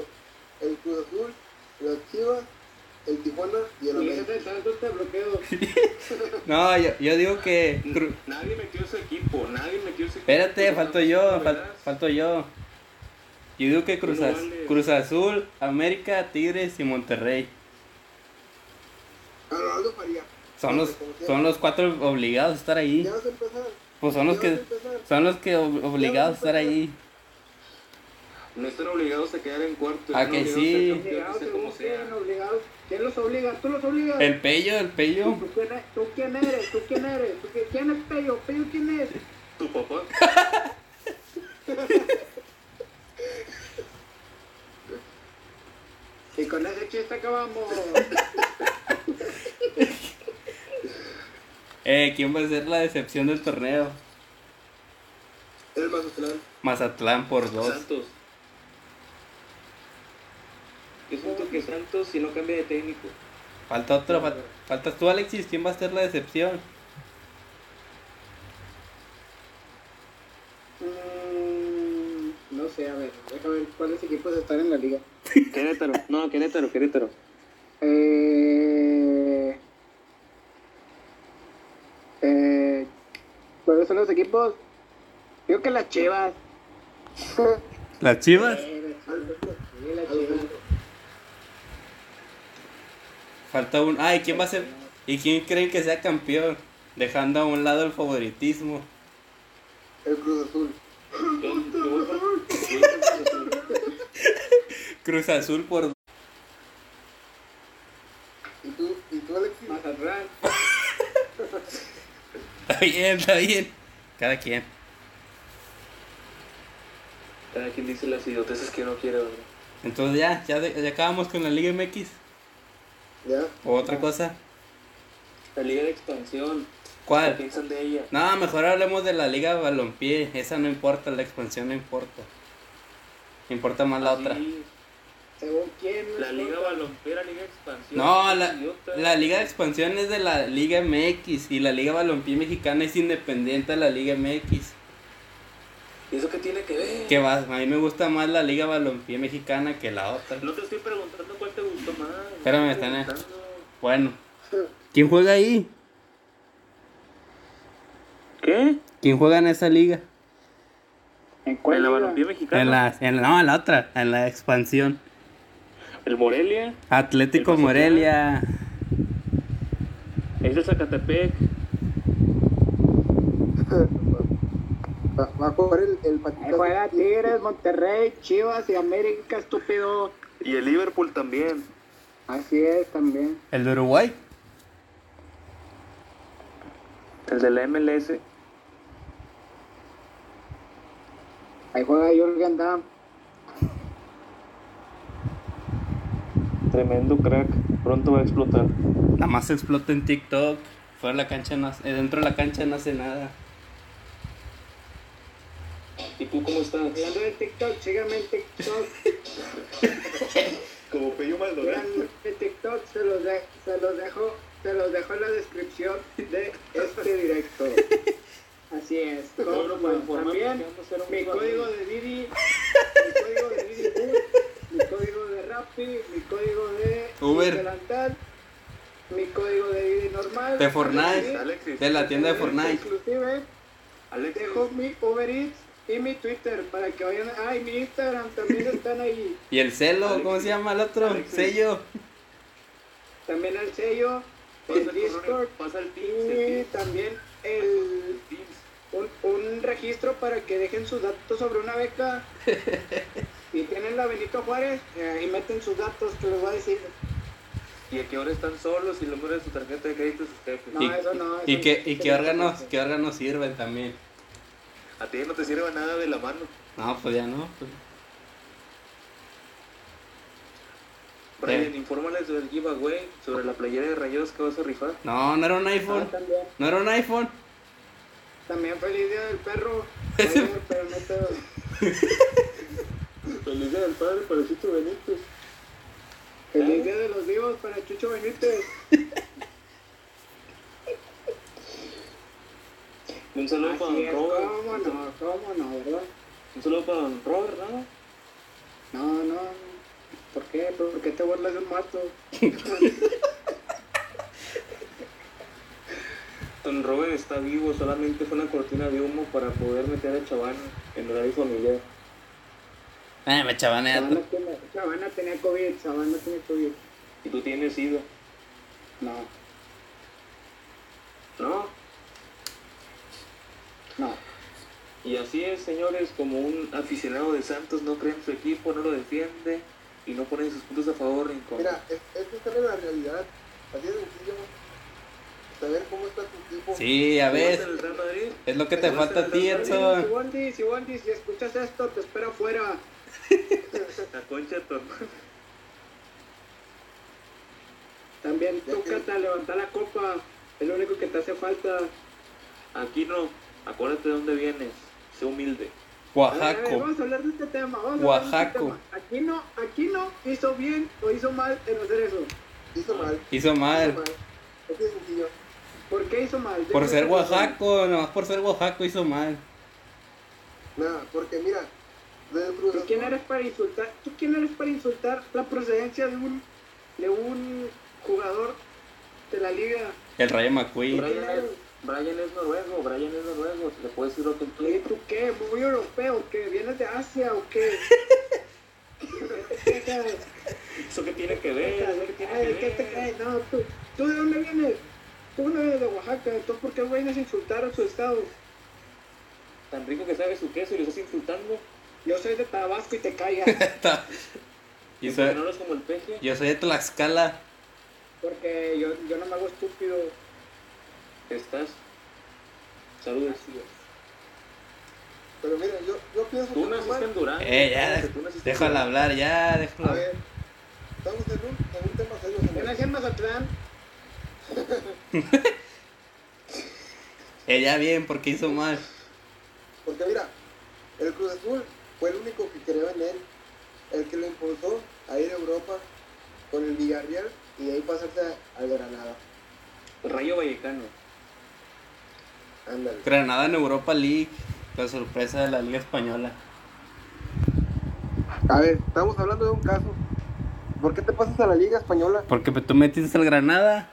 S7: El Cruz Azul, la Chivas, el Tijuana y el América.
S6: Fíjate, tanto te bloqueo.
S2: No, yo, yo digo que. Cru-
S8: Nadie metió ese equipo, nadie metió ese equipo.
S2: Espérate,
S8: No,
S2: falto
S8: no,
S2: yo,
S8: no,
S2: fal-
S8: ¿verdad?
S2: falto yo. Yo digo que Cruz,
S8: No
S2: Az-
S8: vale.
S2: Cruz Azul, América, Tigres y Monterrey
S7: A Ronaldo Faría.
S2: son los, son los cuatro obligados a estar ahí.
S7: Ya vas a empezar.
S2: Pues son los
S7: ya
S2: que
S7: vas a empezar.
S2: son los que ob- obligados a estar ahí.
S8: No están obligados a quedar en cuarto.
S2: Ah,
S8: están
S2: que
S8: obligados
S2: sí.
S8: A ser campeones,
S6: Obligados,
S8: sea
S6: según
S8: como
S6: quién,
S8: sea.
S6: obligados. ¿Quién los obliga? ¿Tú los obligas?
S2: El pello, el pello.
S6: ¿Tú quién, eres? ¿Tú quién eres? ¿Tú quién eres? ¿Tú quién- ¿Quién es Pello? ¿Pello quién es?
S8: Tu papá.
S6: Y con ese chiste acabamos.
S2: Eh, ¿quién va a ser la decepción del torneo?
S7: El Mazatlán.
S2: Mazatlán por dos.
S8: Santos. Yo siento que Santos, si no cambia de técnico,
S2: Falta otro, fal- faltas tú Alexis, ¿quién va a ser la decepción?
S6: Mm, no sé, a ver, déjame ver cuáles equipos están en la liga.
S8: Querétaro, no, Querétaro, Querétaro.
S6: Eh, eh, ¿Cuáles son los equipos? Digo que las Chivas.
S2: ¿Las chivas?
S6: Eh, las Chivas. Sí, las Chivas.
S2: Falta un. Ay, ¿quién va a ser? ¿Y quién creen que sea campeón? Dejando a un lado el favoritismo.
S7: El Cruz Azul.
S8: Yo, yo voy por- yo voy por Cruz Azul.
S2: Cruz Azul por
S7: ¿Y tú, y tú Alexis?
S6: Mazatlán.
S2: Está bien, está bien. Cada quien.
S8: Cada quien dice las idioteces que no quiere, ¿verdad?
S2: Entonces ya, ya, de- ya acabamos con la Liga MX.
S7: Ya.
S2: ¿O otra cosa?
S8: La Liga de Expansión, ¿qué
S2: ¿Cuál?
S8: piensan de ella?
S2: Ah. No, mejor hablemos de la Liga Balompié. Esa no importa, la expansión no importa. Importa más la otra.
S8: Ah, Sí,
S6: Según quién.
S8: La Liga Balompié, la Liga de Expansión.
S2: No, la,
S8: idiota.
S2: la Liga de Expansión es de la Liga MX y la Liga Balompié Mexicana es independiente a la Liga MX.
S8: ¿Y eso qué tiene que ver?
S2: Que va, a mí me gusta más la Liga Balompié Mexicana que la otra.
S8: No te estoy preguntando cuál te gustó más.
S2: Espérame,
S8: me están
S2: Tania. Bueno. ¿Quién juega ahí?
S8: ¿Qué?
S2: ¿Quién juega en esa liga?
S6: ¿En
S8: ¿En la
S6: liga?
S8: balompié mexicana?
S2: En la, en la- no, en la otra, en la expansión.
S8: ¿El Morelia?
S2: Atlético
S8: El Mazatlán.
S2: Morelia.
S8: ¿Es el Zacatepec?
S7: Va, va a jugar el, el
S6: Ahí
S7: patito.
S6: juega Tigres, Monterrey, Chivas y América, estúpido.
S8: Y el Liverpool también.
S6: Así es también.
S2: ¿El de Uruguay?
S8: El de la MLS.
S6: Ahí juega Jürgen Damm.
S8: Tremendo crack. Pronto va a explotar.
S2: Nada más explota en TikTok. Fuera de la cancha no hace- eh, dentro de la cancha no hace nada.
S8: ¿Y tú cómo estás?
S6: Hablando de TikTok, síganme en TikTok.
S9: Como Pello Maldonado.
S6: Síganme en TikTok, se los, de- se los dejo, se los dejo en la descripción de este directo. Así es.
S8: Bueno,
S6: Como-
S8: Este para informarme
S6: también
S8: que vamos a hacer un
S6: mi
S8: barrio.
S6: código de Didi, mi código de Didi Food, mi código de Rappi, mi código de
S2: Uber.
S6: Delantal, mi código de Didi normal.
S2: De Fortnite.
S9: Alexis,
S2: De la tienda de
S6: Didi
S2: Fortnite.
S6: Inclusive
S9: Alexis,
S6: dejo mi Uber Eats y mi Twitter para que vayan. Ay, mi Instagram también están ahí.
S2: Y el celo, ¿cómo se llama el otro?
S9: Alexis.
S2: Sello.
S6: También el sello,
S9: pasa
S6: el
S9: el correo,
S6: Discord
S9: pasa el Teams,
S6: y
S9: el
S6: también el,
S9: Teams.
S6: un, un registro para que dejen sus datos sobre una beca. Y tienen la Benito Juárez, eh, ahí meten sus datos que les voy a decir.
S8: ¿Y a qué hora están solos y el número de su tarjeta de crédito es usted?
S6: No,
S2: Y-
S6: eso no.
S2: ¿Y
S6: eso
S2: qué,
S6: no.
S2: y qué órganos, qué órganos sirven también?
S9: A ti no te sirve nada de la mano.
S2: No, pues ya no. pues.
S8: Brian, infórmales sobre el giveaway, sobre la playera de rayados que vas a rifar.
S2: No, no era un
S6: Ah,
S2: iPhone.
S6: también,
S2: No era un iPhone.
S6: también feliz día del perro.
S2: Ese-
S6: Oye, pero no te-
S7: Feliz día del padre, Parecito Benítez.
S6: Feliz día de los vivos para Chucho Benítez.
S8: Un saludo para
S6: Así
S8: don
S6: es,
S8: Robert.
S6: Ah, cómo no, cómo no, ¿verdad?
S8: Un saludo para don Robert, ¿no?
S6: No, no. ¿Por qué? Pues, ¿Por qué te burlas de un muerto?
S8: Don Robert está vivo, solamente fue una cortina de humo para poder meter a chaval en horario familiar.
S2: Eh, me chabanea.
S6: Sabana tiene- Sabana tenía COVID, Sabana tenía COVID.
S8: Y tú tienes ido,
S6: No,
S8: ¿no?
S6: no.
S8: Y así es, señores, como un aficionado de Santos no cree en su equipo, no lo defiende y no pone sus puntos a favor ni en contra.
S7: Mira, es, es que esta es la realidad. Así de sencillo. Saber cómo está tu equipo.
S2: Sí, a
S8: ¿Tú vas
S2: ver.
S8: en el Real Madrid?
S2: Es lo que te falta a ti,
S6: Si
S2: Edson.
S6: Bondi, si Bondi, si escuchas esto, te espero afuera.
S8: La concha de tu hermano.
S6: También
S7: Ya
S6: tú,
S7: que-
S6: Cata, levanta la copa. Es lo único que te hace falta.
S8: Aquí no, acuérdate de dónde vienes, sé
S6: A
S8: humilde.
S6: ver,
S2: Oaxaco.
S6: vamos a hablar de este tema. Vamos a hablar de este
S2: Oaxaco.
S6: tema. Aquí no, aquí no hizo bien o hizo mal en hacer eso.
S7: Hizo mal.
S2: Hizo
S7: Hizo
S2: mal.
S7: mal. Así de sencillo.
S6: ¿Por qué hizo mal? Yo
S2: Por
S6: creo
S2: ser
S6: que hizo mal.
S2: Oaxaco, nomás por ser Oaxaco hizo mal.
S7: Nada, porque mira, desde el
S6: ¿Tú quién eres para insultar? ¿Tú quién eres para insultar la procedencia de un de un jugador de la liga?
S2: El Rayo McQueen.
S8: Brian es, Brian es noruego, Brian es noruego, se le puede decir lo que
S6: ¿Y
S8: quiera.
S6: tú qué? ¿Muy europeo? ¿Que vienes de Asia o qué? ¿Qué te crees?
S8: ¿Eso qué tiene que ver? ¿Qué tiene
S6: Ay, ¿Qué
S8: que
S6: te
S8: ver?
S6: crees? No, tú, ¿tú de dónde vienes? Tú no eres de Oaxaca, entonces ¿por qué vienes a insultar a su estado?
S8: Tan rico que sabe su queso y lo estás insultando.
S6: Yo soy de Tabasco y te callas,
S2: Y
S8: Porque no
S2: soy-
S8: eres como el peje.
S2: yo soy de Tlaxcala.
S6: porque yo, yo no me hago estúpido.
S8: Estás. Saludos.
S7: Pero mira, yo, yo pienso
S8: Tú
S7: que fue
S8: naciste en
S7: mal.
S8: Durán.
S2: Eh, ya,
S8: Tú naciste en
S2: déjala
S8: Durán.
S2: hablar, ya, déjala.
S7: A ver, estamos en un, en un tema serio,
S6: Yo
S7: señor.
S6: nací en Mazatlán,
S2: Ella bien, porque hizo mal.
S7: Porque mira, el Cruz Azul fue el único que creó en él, el que lo impulsó a ir a Europa con el Villarreal y de ahí pasarse a- al Granada.
S8: Rayo Vallecano.
S7: Ándale.
S2: Granada en Europa League. La sorpresa de la Liga Española.
S7: A ver, estamos hablando de un caso. ¿Por qué te pasas a la Liga Española?
S2: Porque tú metiste al Granada.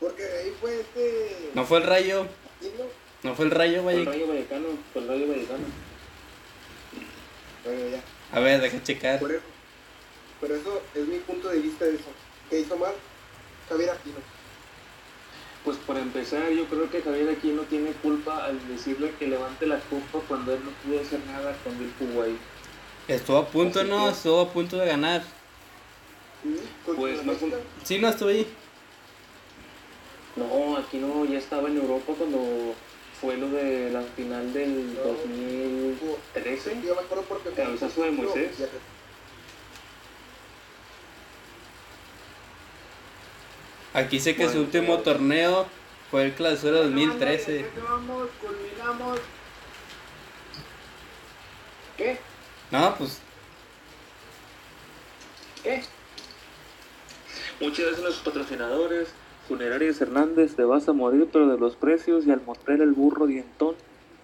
S7: Porque de ahí fue este.
S2: No fue el Rayo.
S7: Chino.
S2: No fue el Rayo,
S8: El
S2: Vallecano.
S8: Rayo Vallecano. El Rayo Vallecano.
S7: Bueno, ya.
S2: A ver, deja checar.
S7: Por eso, por eso es mi punto de vista de eso. ¿Qué hizo mal? Javier Aquino.
S8: Pues para empezar, yo creo que Javier aquí no tiene culpa al decirle que levante la copa cuando él no pudo hacer nada cuando él jugó ahí.
S2: Estuvo a punto,
S8: Así
S2: ¿no?
S8: que-
S2: Estuvo a punto de ganar.
S7: Con
S8: Pues no
S7: Sudamérica,
S8: fue-
S2: Sí, no estuve ahí.
S8: No, aquí no, ya estaba en Europa cuando fue lo de la final del
S7: No. jugó.
S8: 2013.
S7: Yo me acuerdo porque.
S8: Cabezazo de Moisés.
S7: No, ya-
S2: Aquí sé que su
S8: Bueno,
S2: último
S8: pero-
S2: torneo fue el clausura
S6: Bueno, banda,
S2: 2013.
S6: ya acabamos, culminamos.
S2: No, pues
S6: ¿Qué?
S8: Muchas veces los patrocinadores, funerarias Hernández, te vas a morir, pero de los precios y al mostrar el burro dientón.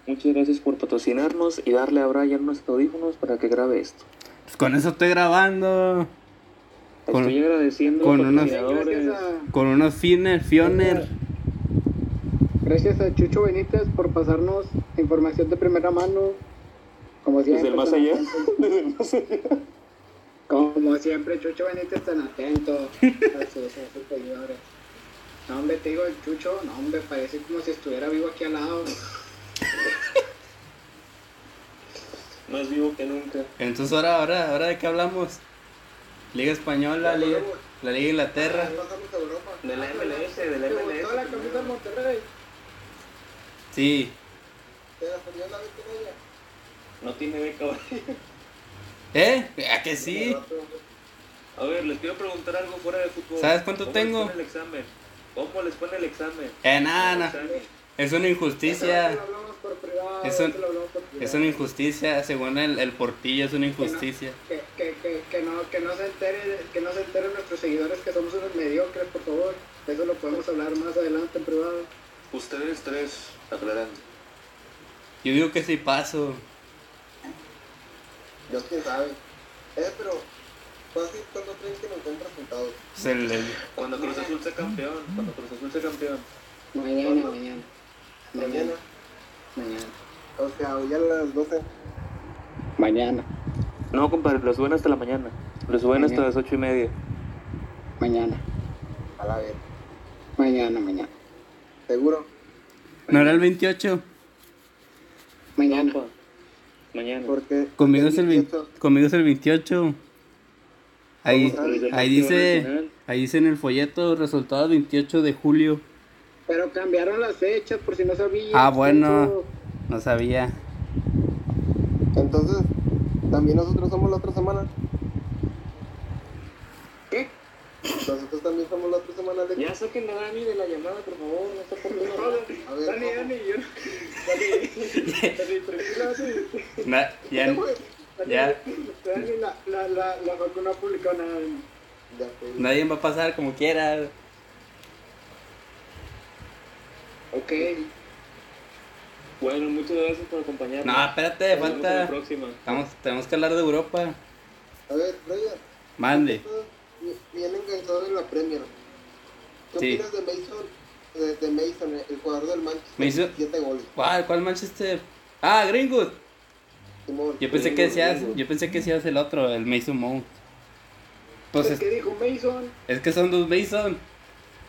S8: Muchas gracias por patrocinarnos y darle a Brian unos audífonos para que grabe esto.
S2: Pues con eso estoy grabando. Con-
S8: Estoy agradeciendo
S2: con
S8: a los
S2: unas-
S8: patrocinadores.
S6: Gracias a,
S2: Con unos fines, Fioner.
S6: gracias a Chucho Benítez por pasarnos información de primera mano. Como siempre,
S8: Desde Pues el más
S6: tan
S8: allá.
S6: atento.
S8: Desde el más allá.
S6: Como siempre, Chucho Benítez tan atento a sus, a sus seguidores. No, hombre, te digo, el Chucho, no, hombre, parece como si estuviera vivo aquí al lado.
S8: Más vivo que nunca.
S2: Entonces ahora, ahora, ahora de qué hablamos? Liga Española, Liga, la Liga Inglaterra.
S7: Pasamos a Europa.
S8: De la MLS, de la
S6: ¿Te gustó la
S8: MLS.
S6: camisa de Monterrey?
S2: Sí.
S7: Te la ponía la vez con ella.
S8: No tiene beca, güey.
S2: ¿Eh? ¿A que sí?
S8: A ver, les quiero preguntar algo fuera de fútbol.
S2: ¿Sabes cuánto
S8: ¿Cómo
S2: tengo?
S8: Les pone el examen? ¿Cómo les pone el examen?
S2: Eh, nada,
S8: El
S2: nada.
S8: examen.
S2: Es una
S6: Te lo
S2: injusticia.
S6: hablamos por privado,
S2: Es un-
S6: te lo hablamos por privado.
S2: Es una injusticia, según el, el portillo, es una injusticia.
S6: Que, que, que, que no, que, no se entere, que no se enteren nuestros seguidores que somos unos mediocres, por favor. Eso lo podemos hablar más adelante en privado.
S9: Ustedes tres, aclarando.
S2: Yo digo que sí paso.
S7: Dios quién sabe. Eh, pero, fácil, ¿cuándo creen que nos den resultados?
S2: Pues el- el-
S8: Cuando Cruz Azul sea campeón, cuando Cruz Azul sea campeón.
S6: Mañana, mañana.
S7: Mañana.
S6: Mañana, mañana.
S7: O sea, hoy a las 12.
S6: Mañana,
S8: No, compadre, lo suben hasta la mañana. Lo suben hasta
S6: Mañana.
S8: las ocho y media.
S6: mañana,
S7: A la vez.
S6: mañana, mañana.
S7: Seguro.
S2: ¿No era el 28?
S6: Mañana.
S8: Compa, Mañana.
S7: Porque.
S2: Conmigo es el, vein-
S7: 28.
S2: conmigo es el 28. Ahí, ahí dice, ahí dice en el folleto, resultado 28 de julio.
S6: Pero cambiaron las fechas por si no sabías.
S2: Ah, bueno,
S6: Chucho.
S2: no sabía.
S7: Entonces, también nosotros somos la otra semana.
S6: ¿Qué?
S7: Nosotros también somos la otra semana, Alex.
S8: Ya saquen a Dani de la llamada, por favor. No está por qué.
S7: A ver,
S6: Dani,
S7: ¿cómo?
S6: Dani, yo no. Dani, Dani, tranquilo, Dani.
S2: Na- ya, ya.
S6: Dani, la, la, la, la vacuna publicó nada. Dani.
S7: Ya, pues.
S2: nadie va a pasar como quiera.
S6: Ok.
S8: Bueno, muchas gracias por acompañarnos.
S2: No, espérate,
S8: Nos vemos en la
S2: falta.
S8: próxima.
S2: Vamos, tenemos que hablar de Europa.
S7: A ver, Brian.
S2: Mande.
S7: Ah, bien- Bien enganchado en la Premier. ¿Qué
S2: Sí.
S7: opinas de Mason? De, de Mason, el jugador del Manchester.
S2: Mason.
S7: Siete goles.
S2: ¿Cuál, cuál Manchester? Ah, Greenwood.
S7: Simón.
S2: Yo pensé que decías, yo pensé que decías el otro, el Mason Mount. Pues es,
S6: Pues, ¿Qué dijo Mason?
S2: es que son dos Mason.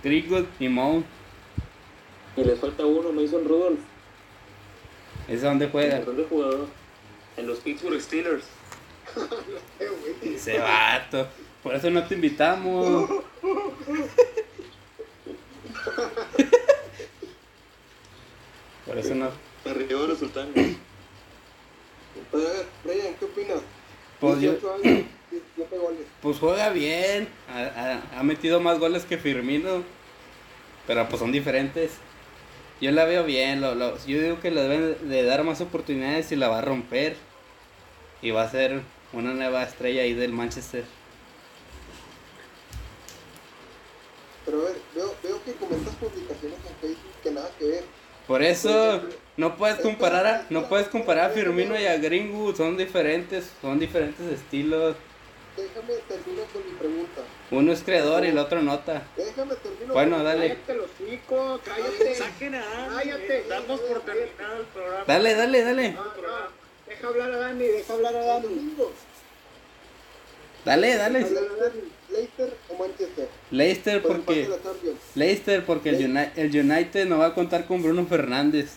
S2: Greenwood y Mount.
S8: Y les falta uno, Mason Rudolph.
S2: ¿Es donde juega?
S8: El de jugador. En los Pittsburgh Steelers.
S6: Eh, güey.
S2: Ese vato. Por eso no te invitamos. Por eso no.
S9: Me río de los sultanes.
S7: Pero a ver, Brian, ¿qué opinas?
S2: Pues yo-
S7: 18 años, 17 goles.
S2: Pues juega bien. Ha, ha- ha metido más goles que Firmino. Pero pues son diferentes. Yo la veo bien. Lo, lo- yo digo que le deben de dar más oportunidades y la va a romper. Y va a ser una nueva estrella ahí del Manchester.
S7: Pero a ver, veo, veo que comentas publicaciones en Facebook que nada que ver.
S2: Por eso no puedes comparar a, no puedes comparar a Firmino y a Greenwood. Son diferentes, son diferentes estilos.
S7: Déjame terminar con mi pregunta.
S2: Uno es creador y el otro nota.
S7: Déjame terminar
S2: Bueno, dale.
S6: Cállate los hocico, cállate.
S8: Saquen a Dani.
S6: Cállate.
S8: Damos por terminado el programa.
S2: Dale, dale, dale.
S6: No, no, deja hablar a Dani, deja hablar a Dani.
S2: Dale, dale.
S7: Leicester, Leicester
S2: Leicester
S7: o Manchester. Pues, Por el
S2: porque
S7: partido de la Champions.
S2: Leicester porque el, Uni- el United no va a contar con Bruno Fernández.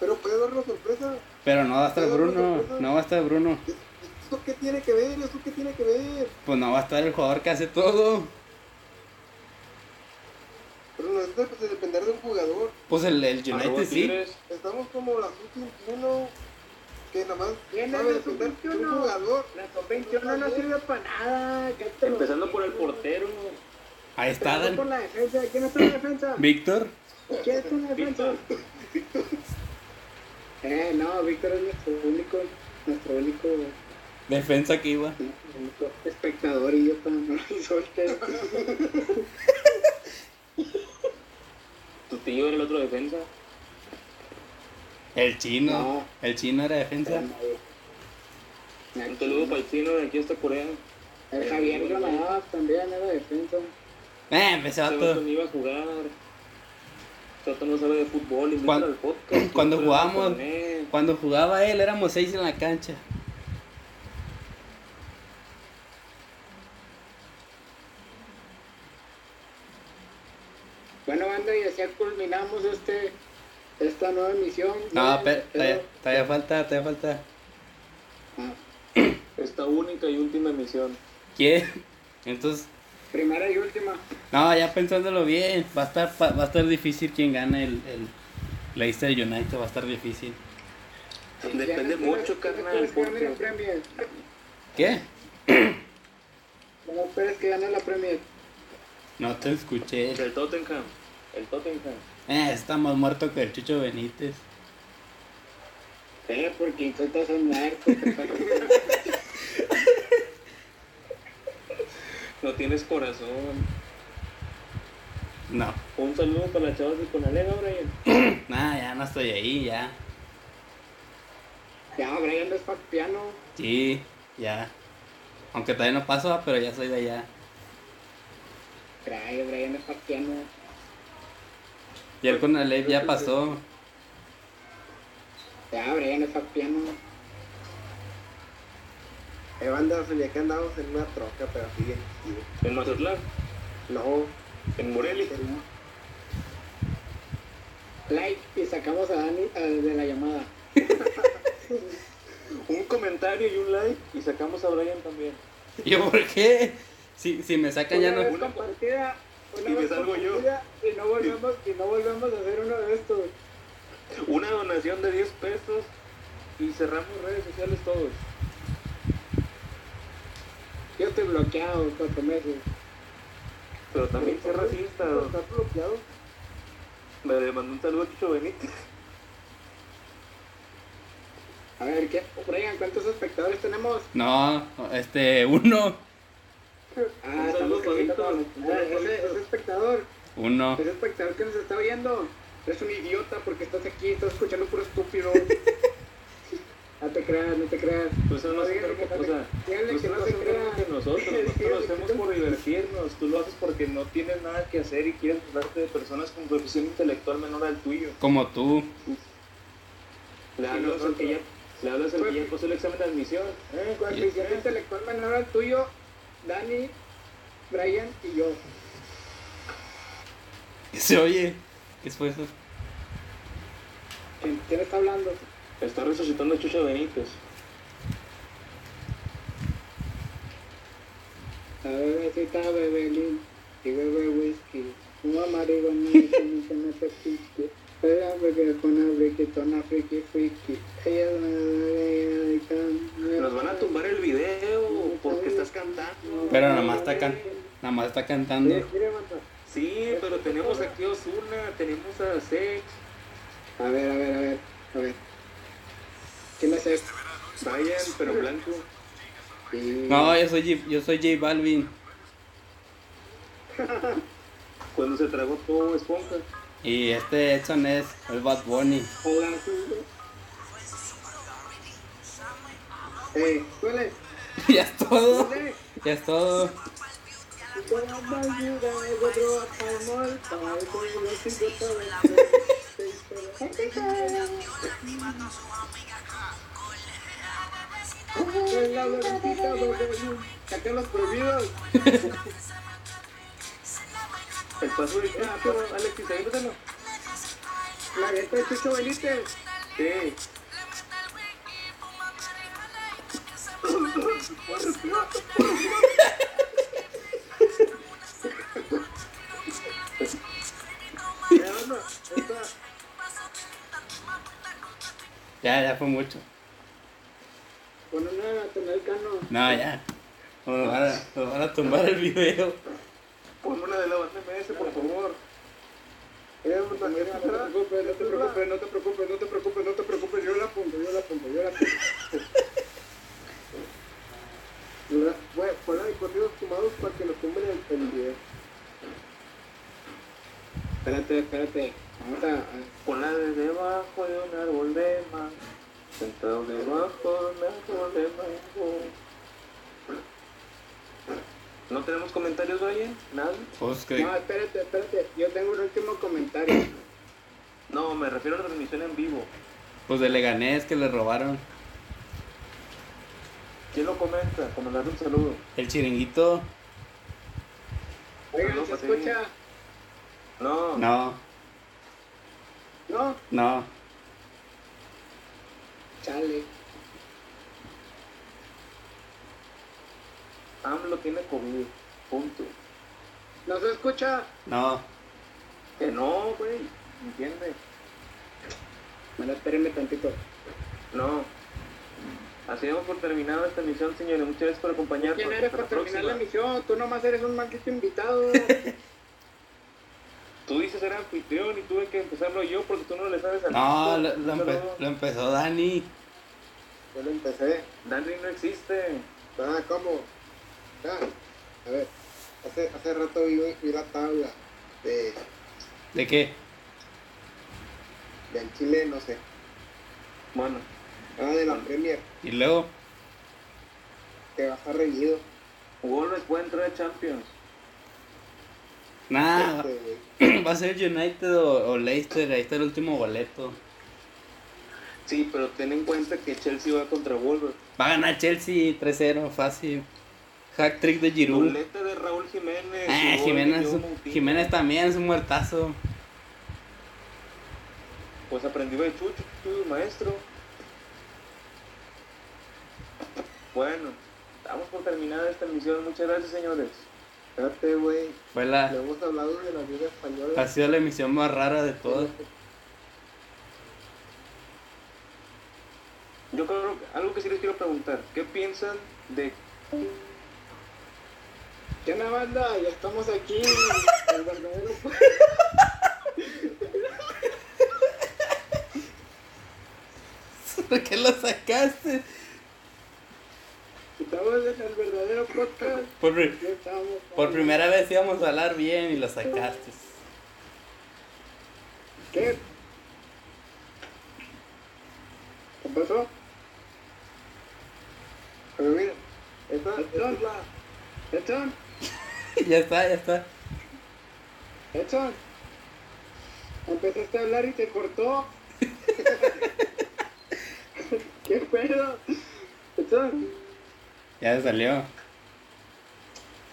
S7: Pero puede dar una sorpresa.
S2: Pero no va a estar Bruno, no va a estar Bruno.
S7: ¿Eso qué tiene que ver? ¿Eso qué tiene que ver?
S2: Pues no va a estar el jugador que hace todo.
S7: Pero no es de, pues, de depender de un jugador.
S2: Pues el, el
S8: Arroba
S2: United sí.
S8: Tigres.
S7: Estamos como la sub-21 que nada más
S6: ¿Quién
S7: sabe
S6: es la
S7: depender de un
S6: sub-21?
S7: jugador.
S6: La COP21 no sirve para nada. cállate los
S8: Empezando por el
S6: hocico.
S8: portero.
S2: Ahí está
S6: Empezando por
S2: Dan.
S6: la defensa. ¿Quién está en la defensa?
S2: Víctor.
S6: ¿Quién está en la defensa?
S8: Víctor.
S6: Eh, no, Víctor es nuestro único. nuestro único,
S2: Defensa que iba.
S6: único espectador idiota no lo hizo el test.
S8: Tu tío era el otro defensa.
S2: El chino.
S6: No.
S2: El chino era defensa.
S6: Eh,
S8: Un saludo para el chino de aquí hasta Corea.
S6: El Javier Granada también era defensa.
S2: Eh, me se va
S8: Ese vato
S2: todo.
S8: ni iba a jugar. Ese vato no sabe de fútbol y
S2: Cuan-
S8: mira el podcast.
S2: cuando
S8: Siempre anda
S2: jugamos-
S8: con él.
S2: Cuando jugaba él éramos seis en la cancha.
S6: Bueno, banda, y así culminamos este, esta nueva emisión.
S2: No, pero
S6: Bueno,
S2: todavía, todavía falta, todavía falta.
S6: Ah,
S8: Esta única y última emisión.
S2: ¿Quién? Entonces,
S6: Primera y última.
S2: no, ya pensándolo bien, va a estar, fa- va a estar difícil quien gane el, el Leicester United, va a estar difícil.
S8: Depende mucho, carnal,
S6: porque... la
S8: porque
S6: Premier?
S2: ¿Qué?
S6: ¿Cómo esperas que gane la Premier?
S2: No te escuché.
S8: el Tottenham, el Tottenham,
S2: Eh, está más muerto que el Chucho Benítez.
S6: Eh, porque tú estás en narco.
S8: no tienes corazón.
S2: No.
S8: Un saludo para la chavas de Conalera, Brian.
S2: Nada, ya no estoy ahí, ya.
S6: ya, Brian no es pa' piano.
S2: Sí, ya. Aunque todavía no paso, pero ya soy de allá.
S6: Trae, Brian no es pa' piano.
S2: Y él con Alep ya pasó.
S6: Ya, Brian no es pa' piano.
S7: Eh, banda, sabía que andábamos en una troca, pero así bien chido.
S8: En Mazatlán,
S7: No,
S8: en Morelia.
S7: en-
S6: Like y sacamos a Dani eh, de la llamada.
S8: Un comentario y un like y sacamos a Brian también.
S2: ¿Y yo por qué? Si, si me sacan ya
S6: una vez
S2: no.
S6: compartida, una
S8: Y me
S6: vez
S8: salgo yo.
S6: compartida, Y no, volvemos, y no volvemos a hacer uno de estos.
S8: Una donación de 10 pesos y cerramos redes sociales todos.
S6: Yo estoy bloqueado cuatro meses.
S8: Pero también soy racista.
S7: ¿Está bloqueado?
S8: Me le mandó un saludo a Chicho Benítez.
S6: A ver, ¿qué? Brian, ¿cuántos espectadores tenemos?
S2: No, este, uno.
S6: Ah,
S8: Un saludo,
S6: estamos creciendo
S8: Pablito.
S6: todos. Ah, ese, ese espectador,
S2: Uno.
S6: ese espectador que nos está oyendo, es un idiota porque estás aquí, estás escuchando puro estúpido. no te creas, no te creas.
S8: Pues eso no es
S6: Díganle que
S8: otra
S6: no te-
S8: cosa. Pues
S6: díganle que
S8: Nosotros
S6: no se
S8: hacemos
S6: crean.
S8: que nosotros, nosotros lo hacemos por divertirnos, tú lo haces porque no tienes nada que hacer y quieres burlarte de personas con coeficiente intelectual menor al tuyo.
S2: Como tú.
S6: Sí,
S8: Le hablas al
S6: nosotros.
S8: que ya, le hablas al que ya pasó el examen de admisión.
S6: Eh, Coeficiente intelectual menor al tuyo, Dani, Brian y yo.
S2: ¿Qué se oye? ¿Qué fue eso?
S6: ¿Quién, quién está hablando?
S8: Está resucitando a Chucho Benítez.
S6: La bebecita bebe lean y bebe whisky. Una marihuana y se me pique. Era porque con una briquetona friki friki. Ella me
S8: Nos van a tumbar el video porque estás cantando.
S2: Pero nada más está, can- nada más está cantando.
S8: Sí, pero tenemos aquí a Ozuna, tenemos a Sex,
S6: A ver, a ver, a ver, a ver. ¿Quién es este?
S8: Brian, pero blanco.
S6: Y-
S2: No, yo soy, J- yo soy J Balvin.
S8: Cuando se tragó todo esponja.
S2: Y este Edson es el Bad Bunny.
S6: Hola. Eh, suele.
S2: ya es todo. Ya es todo.
S6: Saquen los prohibidos.
S8: El paso de Chucho, Alexis, ayúdalo.
S6: La gente de Chucho Benítez.
S8: Sí.
S2: Ya, ya fue mucho.
S6: Con una tonel cano.
S2: No, ya. Nos van a, nos van a tumbar el video.
S8: Pon una de la banda MS, por favor.
S7: Era un manual. Eh, No te preocupes, no te preocupes, no te preocupes, no te preocupes, no te preocupes. Yo la pongo, yo la pongo, yo la pongo. La- fue- Fuera de corridos tomados para que nos tumben el, el video. Espérate, espérate. Vamos a. a-
S8: Una vez debajo de un árbol de mango, sentado debajo de un árbol de mango. ¿No tenemos comentarios, Brian? ¿Nada?
S2: Pues que
S6: No, espérate, espérate. Yo tengo un último comentario.
S8: No, me refiero a la transmisión en vivo.
S2: pues de Leganés que le robaron.
S8: ¿Quién lo comenta? Como darle un saludo.
S2: El chiringuito,
S6: Oigan,
S8: No,
S6: ¿se
S8: pues, sí.
S6: escucha?
S8: No,
S2: no,
S6: No,
S2: no.
S6: chale.
S8: AMLO tiene COVID. Punto.
S6: ¿No se escucha?
S2: No,
S8: Que no, güey. ¿Entiende?
S6: Bueno, espérenme tantito.
S8: No. Así damos por terminado esta emisión, señores. Muchas gracias por acompañarnos.
S6: ¿Quién eres
S8: Hasta
S6: para
S8: la
S6: terminar la
S8: próxima.
S6: misión? Tú nomás eres un maldito invitado.
S8: Tú dices era anfitrión y tuve que empezarlo yo porque tú no le sabes al
S2: no, lo,
S8: mundo.
S2: lo
S8: Un
S2: empe-
S8: saludo.
S2: lo empezó Dani.
S7: Yo lo empecé.
S8: Dani no existe.
S7: Ah, ¿cómo? Ya. A ver, hace, hace rato vi, vi la tabla de,
S2: ¿De qué?
S7: del Chile, no sé.
S8: Bueno,
S7: Ah, de la Premier,
S2: Y luego,
S7: que va a estar reñido.
S8: Wolves puede entrar a Champions. Ah.
S2: nada,
S7: Este,
S2: va a ser United o, o Leicester, ahí está el último boleto.
S8: Sí, pero ten en cuenta que Chelsea va contra Wolves.
S2: Va a ganar Chelsea 3-0, fácil. Hack trick de Giroud.
S8: Doblete de Raúl Jiménez.
S2: Ah,
S8: y gol de
S2: Jiménez,
S8: Joao Moutinho.
S2: Jiménez también es un muertazo.
S8: Pues aprendí de Chucho, Chucho, maestro. Bueno, estamos por terminar esta emisión. Muchas gracias, señores.
S7: espérate, güey.
S2: Fue
S7: Le
S2: la,
S7: hemos hablado de la Liga Española.
S2: ha sido la emisión más rara de todas.
S8: Yo creo que algo que sí les quiero preguntar. ¿Qué piensan de
S6: ¿Qué onda, banda? Ya estamos aquí. El verdadero...
S2: ¿Por qué lo sacaste?
S6: Estamos en el verdadero podcast.
S2: Por, pri-
S6: Ya estamos.
S2: por primera vez íbamos a hablar bien y lo sacaste.
S6: ¿Qué? ¿Qué pasó?
S7: Pero mira, esta, esta
S6: Edson.
S7: es la.
S6: ¿Edson?
S2: ya está, ya está.
S6: ¿Edson? Empezaste a hablar y te cortó. ¿Qué pedo? ¿Edson?
S2: Ya salió.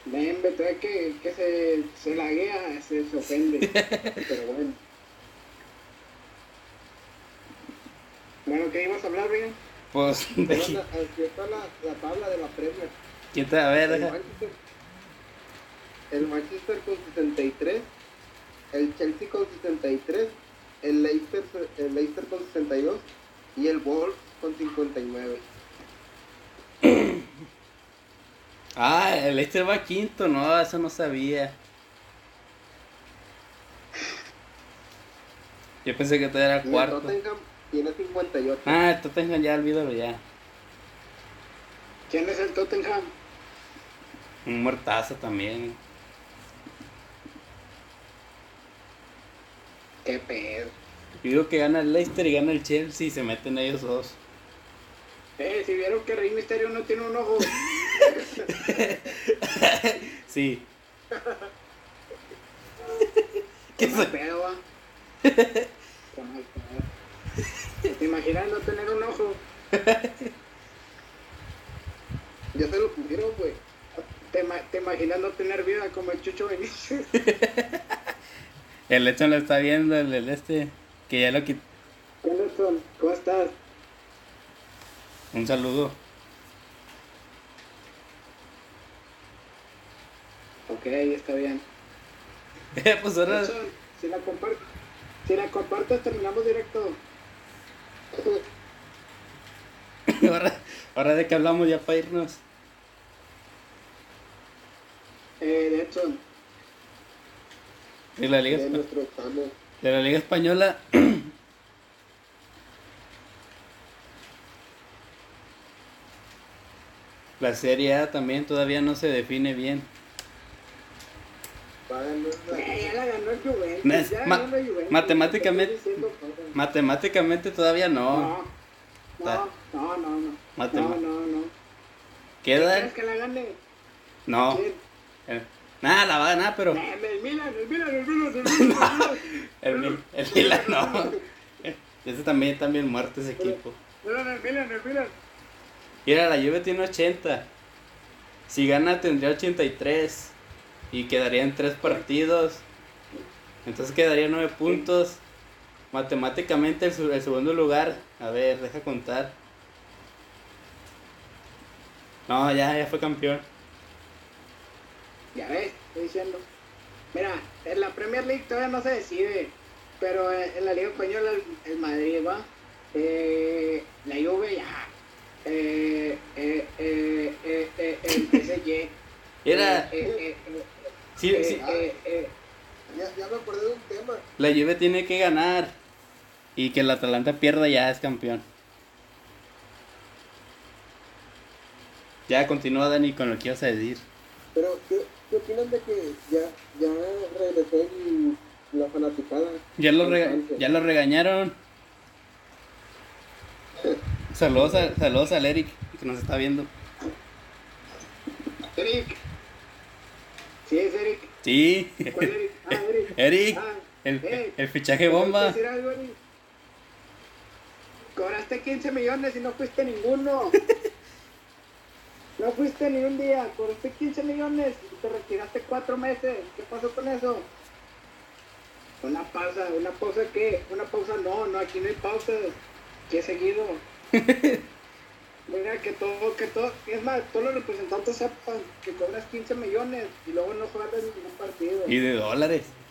S6: Ven, Beto, es que, que se, se laguea, se, se ofende. Pero bueno. Bueno, ¿qué ibas a hablar, Brian?
S2: Pues, de
S7: Aquí
S2: aquí.
S7: está la, la tabla de la Premier.
S2: ¿Quién te- a ver,
S7: El
S2: deja.
S7: Manchester, el Manchester con 63, el Chelsea con 63, el Leicester, el Leicester con 62 y el Wolves con 59.
S2: Ah, el Leicester va quinto, no, eso no sabía. Yo pensé que todavía era
S7: Y el
S2: cuarto.
S7: Tottenham tiene 58.
S2: Ah, el Tottenham ya olvídalo ya.
S6: ¿Quién es el Tottenham?
S2: Un muertazo también.
S6: Qué pedo.
S2: Yo digo que gana el Leicester y gana el Chelsea y se meten ellos dos.
S6: Eh, si vieron que Rey Misterio no tiene un ojo.
S2: Sí. ¿Qué
S6: Qué mal
S2: se-
S6: pedo, va. Qué mal pedo. ¿Te imaginas no tener un ojo?
S7: Ya se lo pusieron, güey.
S6: ¿Te, ima- te imaginas no tener vida como el Chucho Benítez?
S2: El Edson lo está viendo, el, el este. Que ya lo quitó.
S6: ¿Qué onda, Edson? ¿Cómo estás?
S2: Un saludo.
S6: Ok, está bien.
S2: Eh, pues ahora.
S6: Edson, si la comparto, si la compartas terminamos directo.
S2: Ahora, ahora de que hablamos ya para irnos.
S6: Eh, de hecho,
S2: De la Liga
S6: Eh,
S7: De
S2: Española.
S7: nuestro examen.
S2: De la Liga Española. La Serie A también todavía no se define bien.
S7: Pagan una-
S6: Eh, ya la ganó el Juventus.
S2: Mes-
S6: ya
S2: ma-
S6: ganó la Juventus,
S2: matemáticamente-
S6: te estoy diciendo cosas.
S2: Matemáticamente todavía no.
S6: No, no, no, no. no.
S2: Matem-
S6: no, no, no.
S2: Queda.
S6: ¿Quieres que la gane?
S2: No.
S6: ¿Quién?
S2: Eh, Nada, la va a ganar, pero.
S6: Eh, El Milan, el Milan, el Milan, el Milan. el Milan.
S2: El, Mil- el Milan no. Ese también, también muerto ese equipo.
S6: Milan, el Milan, el Milan.
S2: Mira, la Juve tiene 80. Si gana tendría 83. Y quedarían 3 partidos. Entonces quedarían 9 puntos. Matemáticamente el, su- el segundo lugar. A ver, deja contar. No, ya, ya fue campeón.
S6: Ya ves, estoy diciendo. Mira, en la Premier League todavía no se decide, pero eh, en la Liga Española el, el Madrid va, eh, la Juve ya, eh, eh, eh, eh, eh, el PSG.
S2: Mira,
S6: eh, eh, eh,
S2: sí,
S6: eh,
S2: sí,
S6: eh, eh,
S7: Ya, ya me acordé de un tema.
S2: la Juve tiene que ganar. Y que el Atalanta pierda ya es campeón. Ya continúa Dani con lo que ibas a decir.
S7: Pero, ¿qué, qué opinan de que ya, ya regresó el- la fanaticada?
S2: Ya lo, rega- ya lo regañaron. Saludos, a, saludos al Eric que nos está viendo.
S6: Eric. Sí, es Eric.
S2: Sí,
S6: ¿Cuál Eric? Ah, Eric.
S2: Eric,
S6: Ah,
S2: el,
S6: eh,
S2: el fichaje
S6: ¿puedo
S2: bomba.
S6: decir algo, Eric? Cobraste 15 millones y no fuiste ninguno. No fuiste ni un día, cobraste 15 millones y te retiraste 4 meses. ¿Qué pasó con eso? Una pausa, ¿una pausa qué? Una pausa no, no, aquí no hay pausa. ¿Qué seguido? Mira, que todo, que todo, es más, todos los representantes sepan que cobras 15 millones y luego no juegas ningún partido.
S2: Y de dólares.